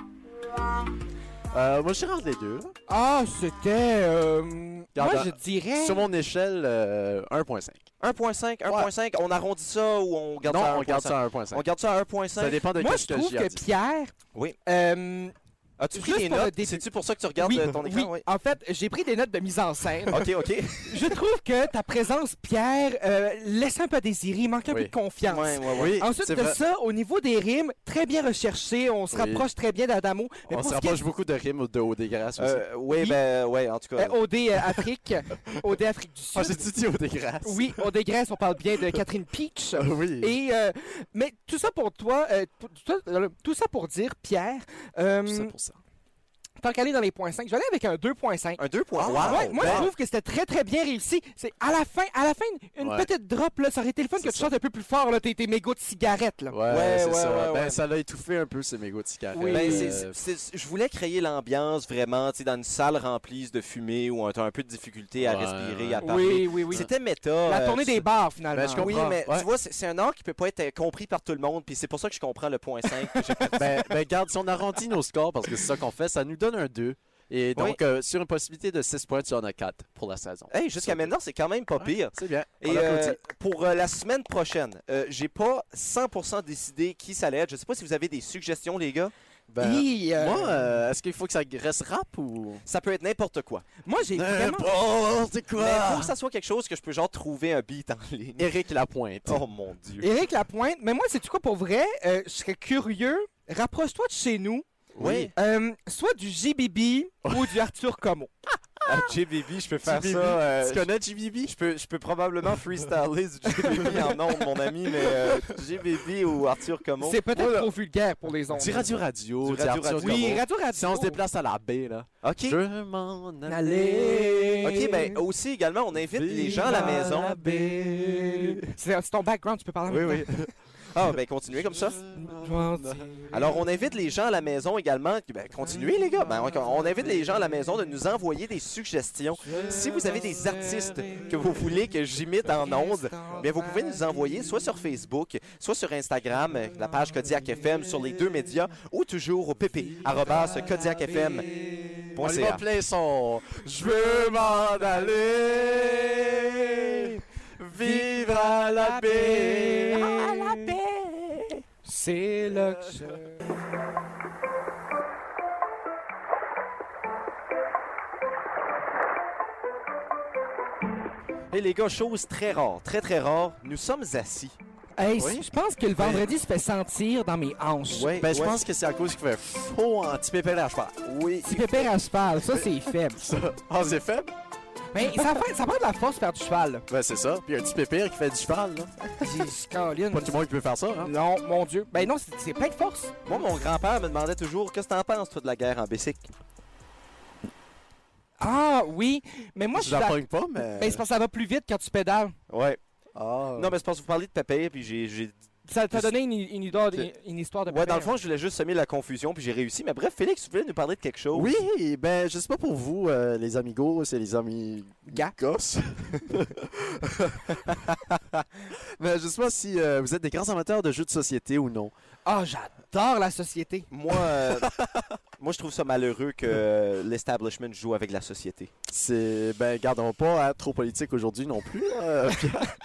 Euh, moi, je rentre les deux. là. Ah, c'était... euh, moi, Regarde, je dirais... Sur mon échelle, euh, 1.5. 1.5, 1.5, on arrondit ça ou on garde non, ça à on garde 1.5 ça à On 1.5. garde ça à Ça 1.5. dépend de Moi, qu'est-ce je trouve j'ai à que dire. Pierre... Oui. euh, As-tu pris Juste des pour le notes? début. C'est-tu pour ça que tu regardes Oui, euh, ton écran? (laughs) oui. En fait, j'ai pris des notes de mise (laughs) en scène. OK, OK. Je trouve que ta présence, Pierre, euh, laisse un peu à désirer, il manque un Oui. peu de confiance. Ouais, ouais, ouais. Oui, Ensuite c'est de vrai. ça, au niveau des rimes, très bien recherché, on se Oui. rapproche très bien d'Adamo. Mais On pour se ce qui est- rapproche beaucoup de rimes de haut dégrasse aussi. Euh, oui, ben, ouais, en tout cas. Euh, OD euh, Afrique, OD Afrique du Sud. Ah, j'ai-tu dit OD Grèce? Oui, OD Grèce, on parle bien de Catherine Peach. (laughs) Oui. Et, euh, mais tout ça pour toi, euh, tout, tout- euh, tout ça pour dire, Pierre. euh, Tant qu'aller dans les points 5, je vais aller avec un 2.5. Un 2.5? Ah, ouais, Wow, moi, ben. je trouve que c'était très, très bien réussi. C'est à la fin, à la fin, une Ouais. petite drop, là, ça aurait été le fun que tu chantes un peu plus fort, là, tes, tes mégots de cigarettes, là. Ouais, c'est ça. ouais, ben, ouais. ça l'a étouffé un peu, ces mégots de cigarettes. Ben, c'est- (laughs) Euh, c'est- c'est- je voulais créer l'ambiance vraiment, tu sais, dans une salle remplie de fumée où on a un peu de difficulté à Ouais, respirer, à ouais. parler. Oui, oui, oui. C'était méta. La euh, tournée tu- des bars, finalement. Ben, je comprends. Oui, mais tu vois, c'est c'est un art qui peut pas être euh, compris par tout le monde, puis c'est pour ça que je comprends le point 5. que (laughs) j'ai fait. ben, ben, garde, si on arrondit nos scores, parce que c'est ça qu'on fait, ça nous donne un 2. Et donc, euh, sur une possibilité de 6 points, tu en as 4 pour la saison. Hey, jusqu'à maintenant, c'est quand même pas pire. C'est bien. On Et applaudit. euh, pour euh, la semaine prochaine, euh, j'ai pas 100% décidé qui ça allait être. Je sais pas si vous avez des suggestions, les gars. Ben, Moi, euh, est-ce qu'il faut que ça reste rap ou. Ça peut être n'importe quoi. Moi, j'ai vraiment- N'importe Euh, quoi! Mais faut que ça soit quelque chose que je peux genre trouver un beat en ligne. Éric Lapointe. (laughs) Oh mon dieu. Éric Lapointe, mais moi, c'est quoi pour vrai? euh, je serais curieux. Rapproche-toi de chez nous. Oui. Euh, soit du JBB ou du Arthur Como. Ah, JBB, je peux faire JBB, ça. euh, tu connais JBB? Je peux, je peux probablement freestyler du JBB en nom mon ami, mais euh, JBB ou Arthur Comon. C'est peut-être trop vulgaire pour les ondes. Du Radio Radio, Du du Radio Arthur Radio. Gamo. Oui, Radio Radio. Si on se déplace à la baie, là. Ok. Je m'en allais. Ok, ben aussi également, on invite les gens à la maison. C'est c'est ton background, tu peux parler en même temps. Ah, ben continuez comme ça. Alors, on invite les gens à la maison également. Ben, continuez, les gars. Ben, on- on invite les gens à la maison de nous envoyer des suggestions. Si vous avez des artistes que vous voulez que j'imite en ondes, bien, vous pouvez nous envoyer soit sur Facebook, soit sur Instagram, euh, la page Kodiak FM, sur les deux médias, ou toujours au pp, arrobas, On va kodiakfm.ca. play son. Je veux m'en aller. Vivre à la baie. Ah, C'est le. Et les gars, chose très rare, très très rare, nous sommes assis. Hey, Oui. Je pense que le vendredi se fait sentir dans mes hanches. Ouais, Ben, je ouais. pense que c'est à cause qu'il fait faux anti-pépère à cheval. Oui. Si pépère à cheval, ça c'est faible. Ah, c'est faible? Mais ça, fait, ça prend de la force faire du cheval. Ben, c'est ça. Puis un petit pépère qui fait du cheval, là. Dis, Colin. Pas tout le monde qui peut faire ça, hein. Non, mon Dieu. Ben non, c'est c'est plein de force. Moi, mon grand-père me demandait toujours qu'est-ce que t'en penses, toi, de la guerre en Bessic. Ah oui, mais moi je je suis. la à- pogne pas, mais. Ben, c'est parce que ça va plus vite quand tu pédales. Ouais. Ah. Non, mais c'est parce que vous parlez de papier, puis j'ai- j'ai. Ça t'a donné une, une idole- une histoire de Ouais, dans le pépère. hein. fond, je voulais juste semer la confusion, puis j'ai réussi. Mais bref, Félix, tu voulais nous parler de quelque chose. Oui, ben je sais pas pour vous, euh, les amigos et les amis Gars. gosses. (laughs) Mais je sais pas si euh, vous êtes des grands amateurs de jeux de société ou non. Ah, j'adore la société. Moi, (laughs) euh, moi, je trouve ça malheureux que euh, l'establishment joue avec la société. C'est ben gardons pas être trop politique aujourd'hui non plus. hein, euh, (laughs) Pierre.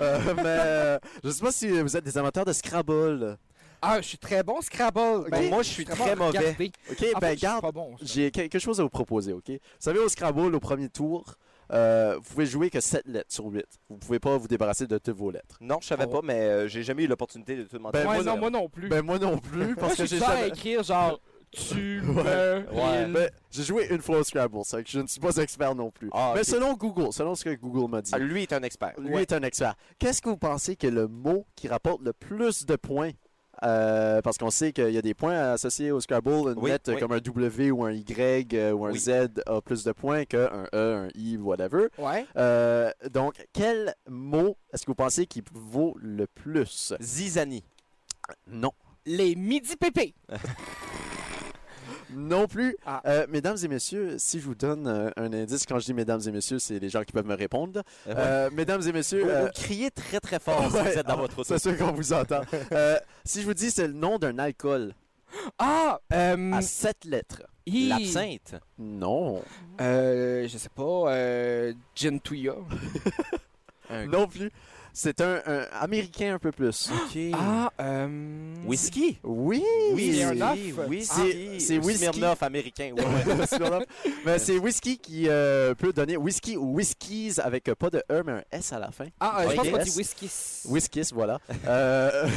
Euh, mais euh, je sais pas si vous êtes des amateurs de Scrabble. Ah, je suis très bon au Scrabble. Bon, Ben, moi, je suis très mauvais. Ok, Et ben ben, garde. pas bon. ça. J'ai quelque chose à vous proposer, ok? Vous savez, au Scrabble, au premier tour, euh, vous pouvez jouer que 7 lettres sur 8. Vous pouvez pas vous débarrasser de toutes vos lettres. Non, je savais Ah ouais. pas, mais euh, j'ai jamais eu l'opportunité de te demander. Oh. Ben, Ouais, moi, non, non. moi non plus. Ben moi non plus, parce moi, que (laughs) je j'ai suis du genre à jamais... écrire genre tu me Ouais. il- Ben, j'ai joué une fois au Scrabble, ça fait que je ne suis pas expert non plus. Ah, Mais ok. selon Google, selon ce que Google m'a dit, Ah, lui est un expert. lui est un expert. Qu'est-ce que vous pensez que le mot qui rapporte le plus de points euh, parce qu'on sait qu'il y a des points associés au Scrabble, une Oui, lettre oui. comme un W ou un Y euh, ou un Oui. Z a plus de points qu'un E, un I, whatever. Ouais. Euh, donc, quel mot est-ce que vous pensez qui vaut le plus Zizani. Non. Les midi pépés. Non plus. Ah. Euh, mesdames et messieurs, si je vous donne euh, un indice, quand je dis mesdames et messieurs, c'est les gens qui peuvent me répondre. Euh, mesdames et messieurs, Vous- euh, vous criez très très fort si vous (laughs) ouais, êtes dans ah, votre auto. c'est sûr qu'on (laughs) vous entend. Euh, si je vous dis c'est le nom d'un alcool Ah, euh, à sept lettres. hi- L'absinthe. Non. Euh, je sais pas, euh, Gin Tuya. Non plus. C'est un, un américain un peu plus. Ah, euh... Whisky? Oui! Oui, un (laughs) œuf. Oui, Ah, c'est whisky. Smirnoff américain. ouais, (laughs) ouais. Smirnoff. mais c'est whisky qui euh, peut donner whisky ou whiskies avec euh, pas de E mais un S à la fin. Ah, euh, je pense qu'on dit S. whisky. Whiskies, voilà. Euh,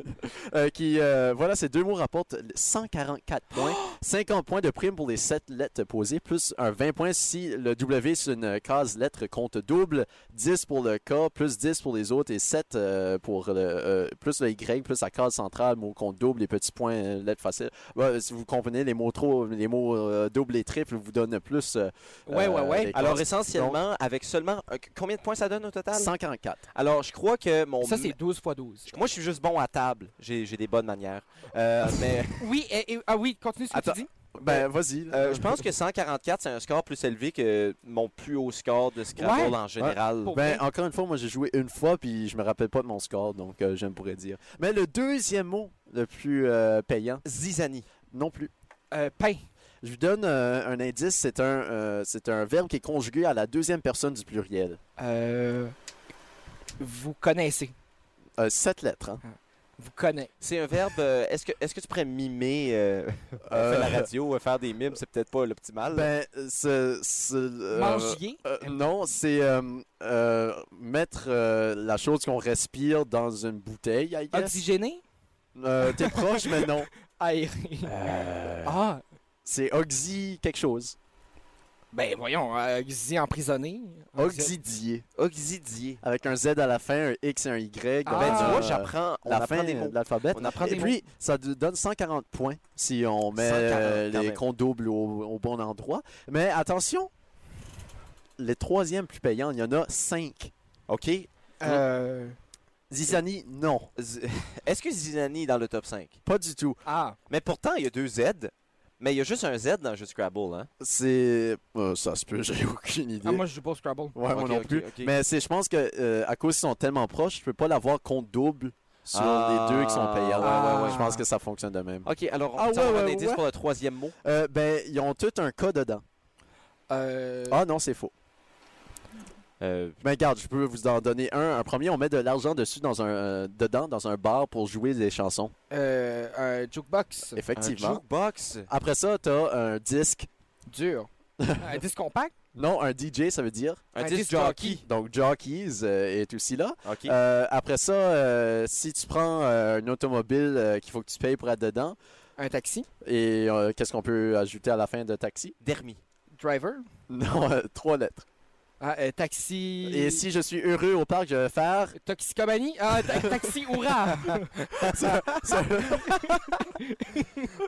(laughs) euh, qui, euh, voilà, ces deux mots rapportent 144 (gasps) points, 50 points de prime pour les 7 lettres posées, plus un 20 points si le W sur une case lettre compte double, 10 pour le K, plus 10 pour les autres et 7 euh, pour le, euh, plus le Y, plus la case centrale, mot compte double, les petits points, euh, lettres faciles. Ouais, si vous comprenez les mots trop, les mots euh, double et triple vous donnent plus. euh, Ouais, ouais, euh, ouais. les Alors, cases. essentiellement, avec seulement. euh, combien de points ça donne au total? 144. Alors, je crois que mon. Ça, c'est 12 fois 12. Moi, je suis juste bon à table. J'ai j'ai des bonnes manières. Euh, mais Oui, et, et- ah oui, continue ce que Attends. tu dis. Ben, vas-y. euh, je pense que 144, c'est un score plus élevé que mon plus haut score de Scrabble Ouais. en général. Ouais. Pour Ben, vrai? encore une fois, moi j'ai joué une fois puis je me rappelle pas de mon score, donc euh, je ne pourrais dire. Mais le deuxième mot le plus euh, payant, Zizani. non plus. Euh, pain. Je vous donne euh, un indice, c'est un, euh, c'est un verbe qui est conjugué à la deuxième personne du pluriel. Euh, vous connaissez. Euh, sept lettres. hein. Vous connaissez. C'est un verbe. euh, Est-ce que, est que tu pourrais mimer euh, (laughs) on fait la radio, euh, faire des mimes, c'est peut-être pas l'optimal. là. Ben, ce- ce- euh, Mangier. euh, non, c'est euh, euh, mettre euh, la chose qu'on respire dans une bouteille, I guess. Oxygéné. Euh, T'es proche, mais non. Aéré. Ah, C'est oxy quelque chose. ben voyons, euh, Xy emprisonné. Oxydier. Oxydier. Avec un Z à la fin, un X et un Y. Ah. Ben, tu euh, vois, j'apprends. On la apprend fin des mots. de l'alphabet. On apprend Et des puis, ça d- donne 140 points si on met 140, euh, quand les même. comptes doubles au, au bon endroit. Mais attention, les troisièmes plus payants, il y en a 5. mots. OK. Euh, Zizani, non, Z- (laughs) Est-ce que Zizani est dans le top 5? pas du tout. ah, Mais pourtant, il y a deux Z. Mais il y a juste un Z dans le jeu Scrabble, hein? C'est. euh, ça se peut, (laughs) j'ai aucune idée. ah, moi je joue pas au Scrabble. Ouais, moi Ok, non ok, plus. ok. Mais c'est, je pense que euh, à cause qu'ils sont tellement proches, je peux pas l'avoir compte double sur Ah. les deux qui sont payants. Ah, ouais, ouais. Je pense que ça fonctionne de même. OK, alors on Ah, peut avoir ouais, un ouais, indice ouais. pour le troisième mot. Euh, ben, ils ont tout un cas dedans. Euh, Ah non, c'est faux. Euh, Ben regarde, je peux vous en donner un. Un premier, on met de l'argent dessus dans un euh, dedans dans un bar pour jouer des chansons. euh, un jukebox. Effectivement. Un jukebox. Après ça, t'as un disque. (laughs) Dur. un disque compact. Non, un DJ, ça veut dire. Un, Un disque disque jockey. Donc jockeys euh, est aussi là. OK. Euh, après ça, euh, si tu prends euh, une automobile euh, qu'il faut que tu payes pour être dedans, Un taxi. et euh, qu'est-ce qu'on peut ajouter à la fin de taxi (laughs) Dermi. Driver. Non, euh, trois lettres. Ah, euh, taxi. Et si je suis heureux au parc, je vais faire. (laughs) Toxicomanie. Ah, ta- taxi, hurrah.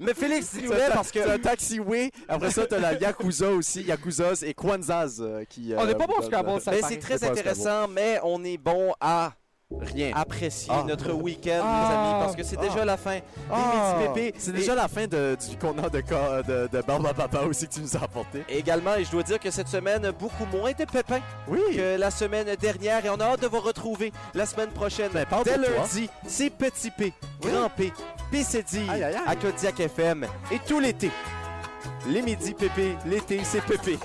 Mais Félix, s'il vous C'est plaît, un- parce que... c'est un taxiway. Après ça, t'as la Yakuza aussi, Yakuzas et Kwanzas euh, qui. On euh, n'est pas bon au donnent- Scrabble, ça Mais paraît. c'est très C'est pas un intéressant, mais on est bon à Rien. apprécier Ah. notre week-end, Ah. mes amis, parce que c'est Ah. déjà la fin. Ah! Les petits pépés. C'est déjà la fin de- du contenant de, ca- de, de Barbe à Papa aussi que tu nous as apporté. Et également, et je dois dire que cette semaine, beaucoup moins de pépins Oui! que la semaine dernière, et on a hâte de vous retrouver la semaine prochaine. Ben, parle Dès pour toi. lundi, c'est Petit P, Oui. Grand P, PCD, Aïe, aïe, aïe. à Kodiak FM, et tout l'été. Les midis, pépé, l'été, c'est pépé.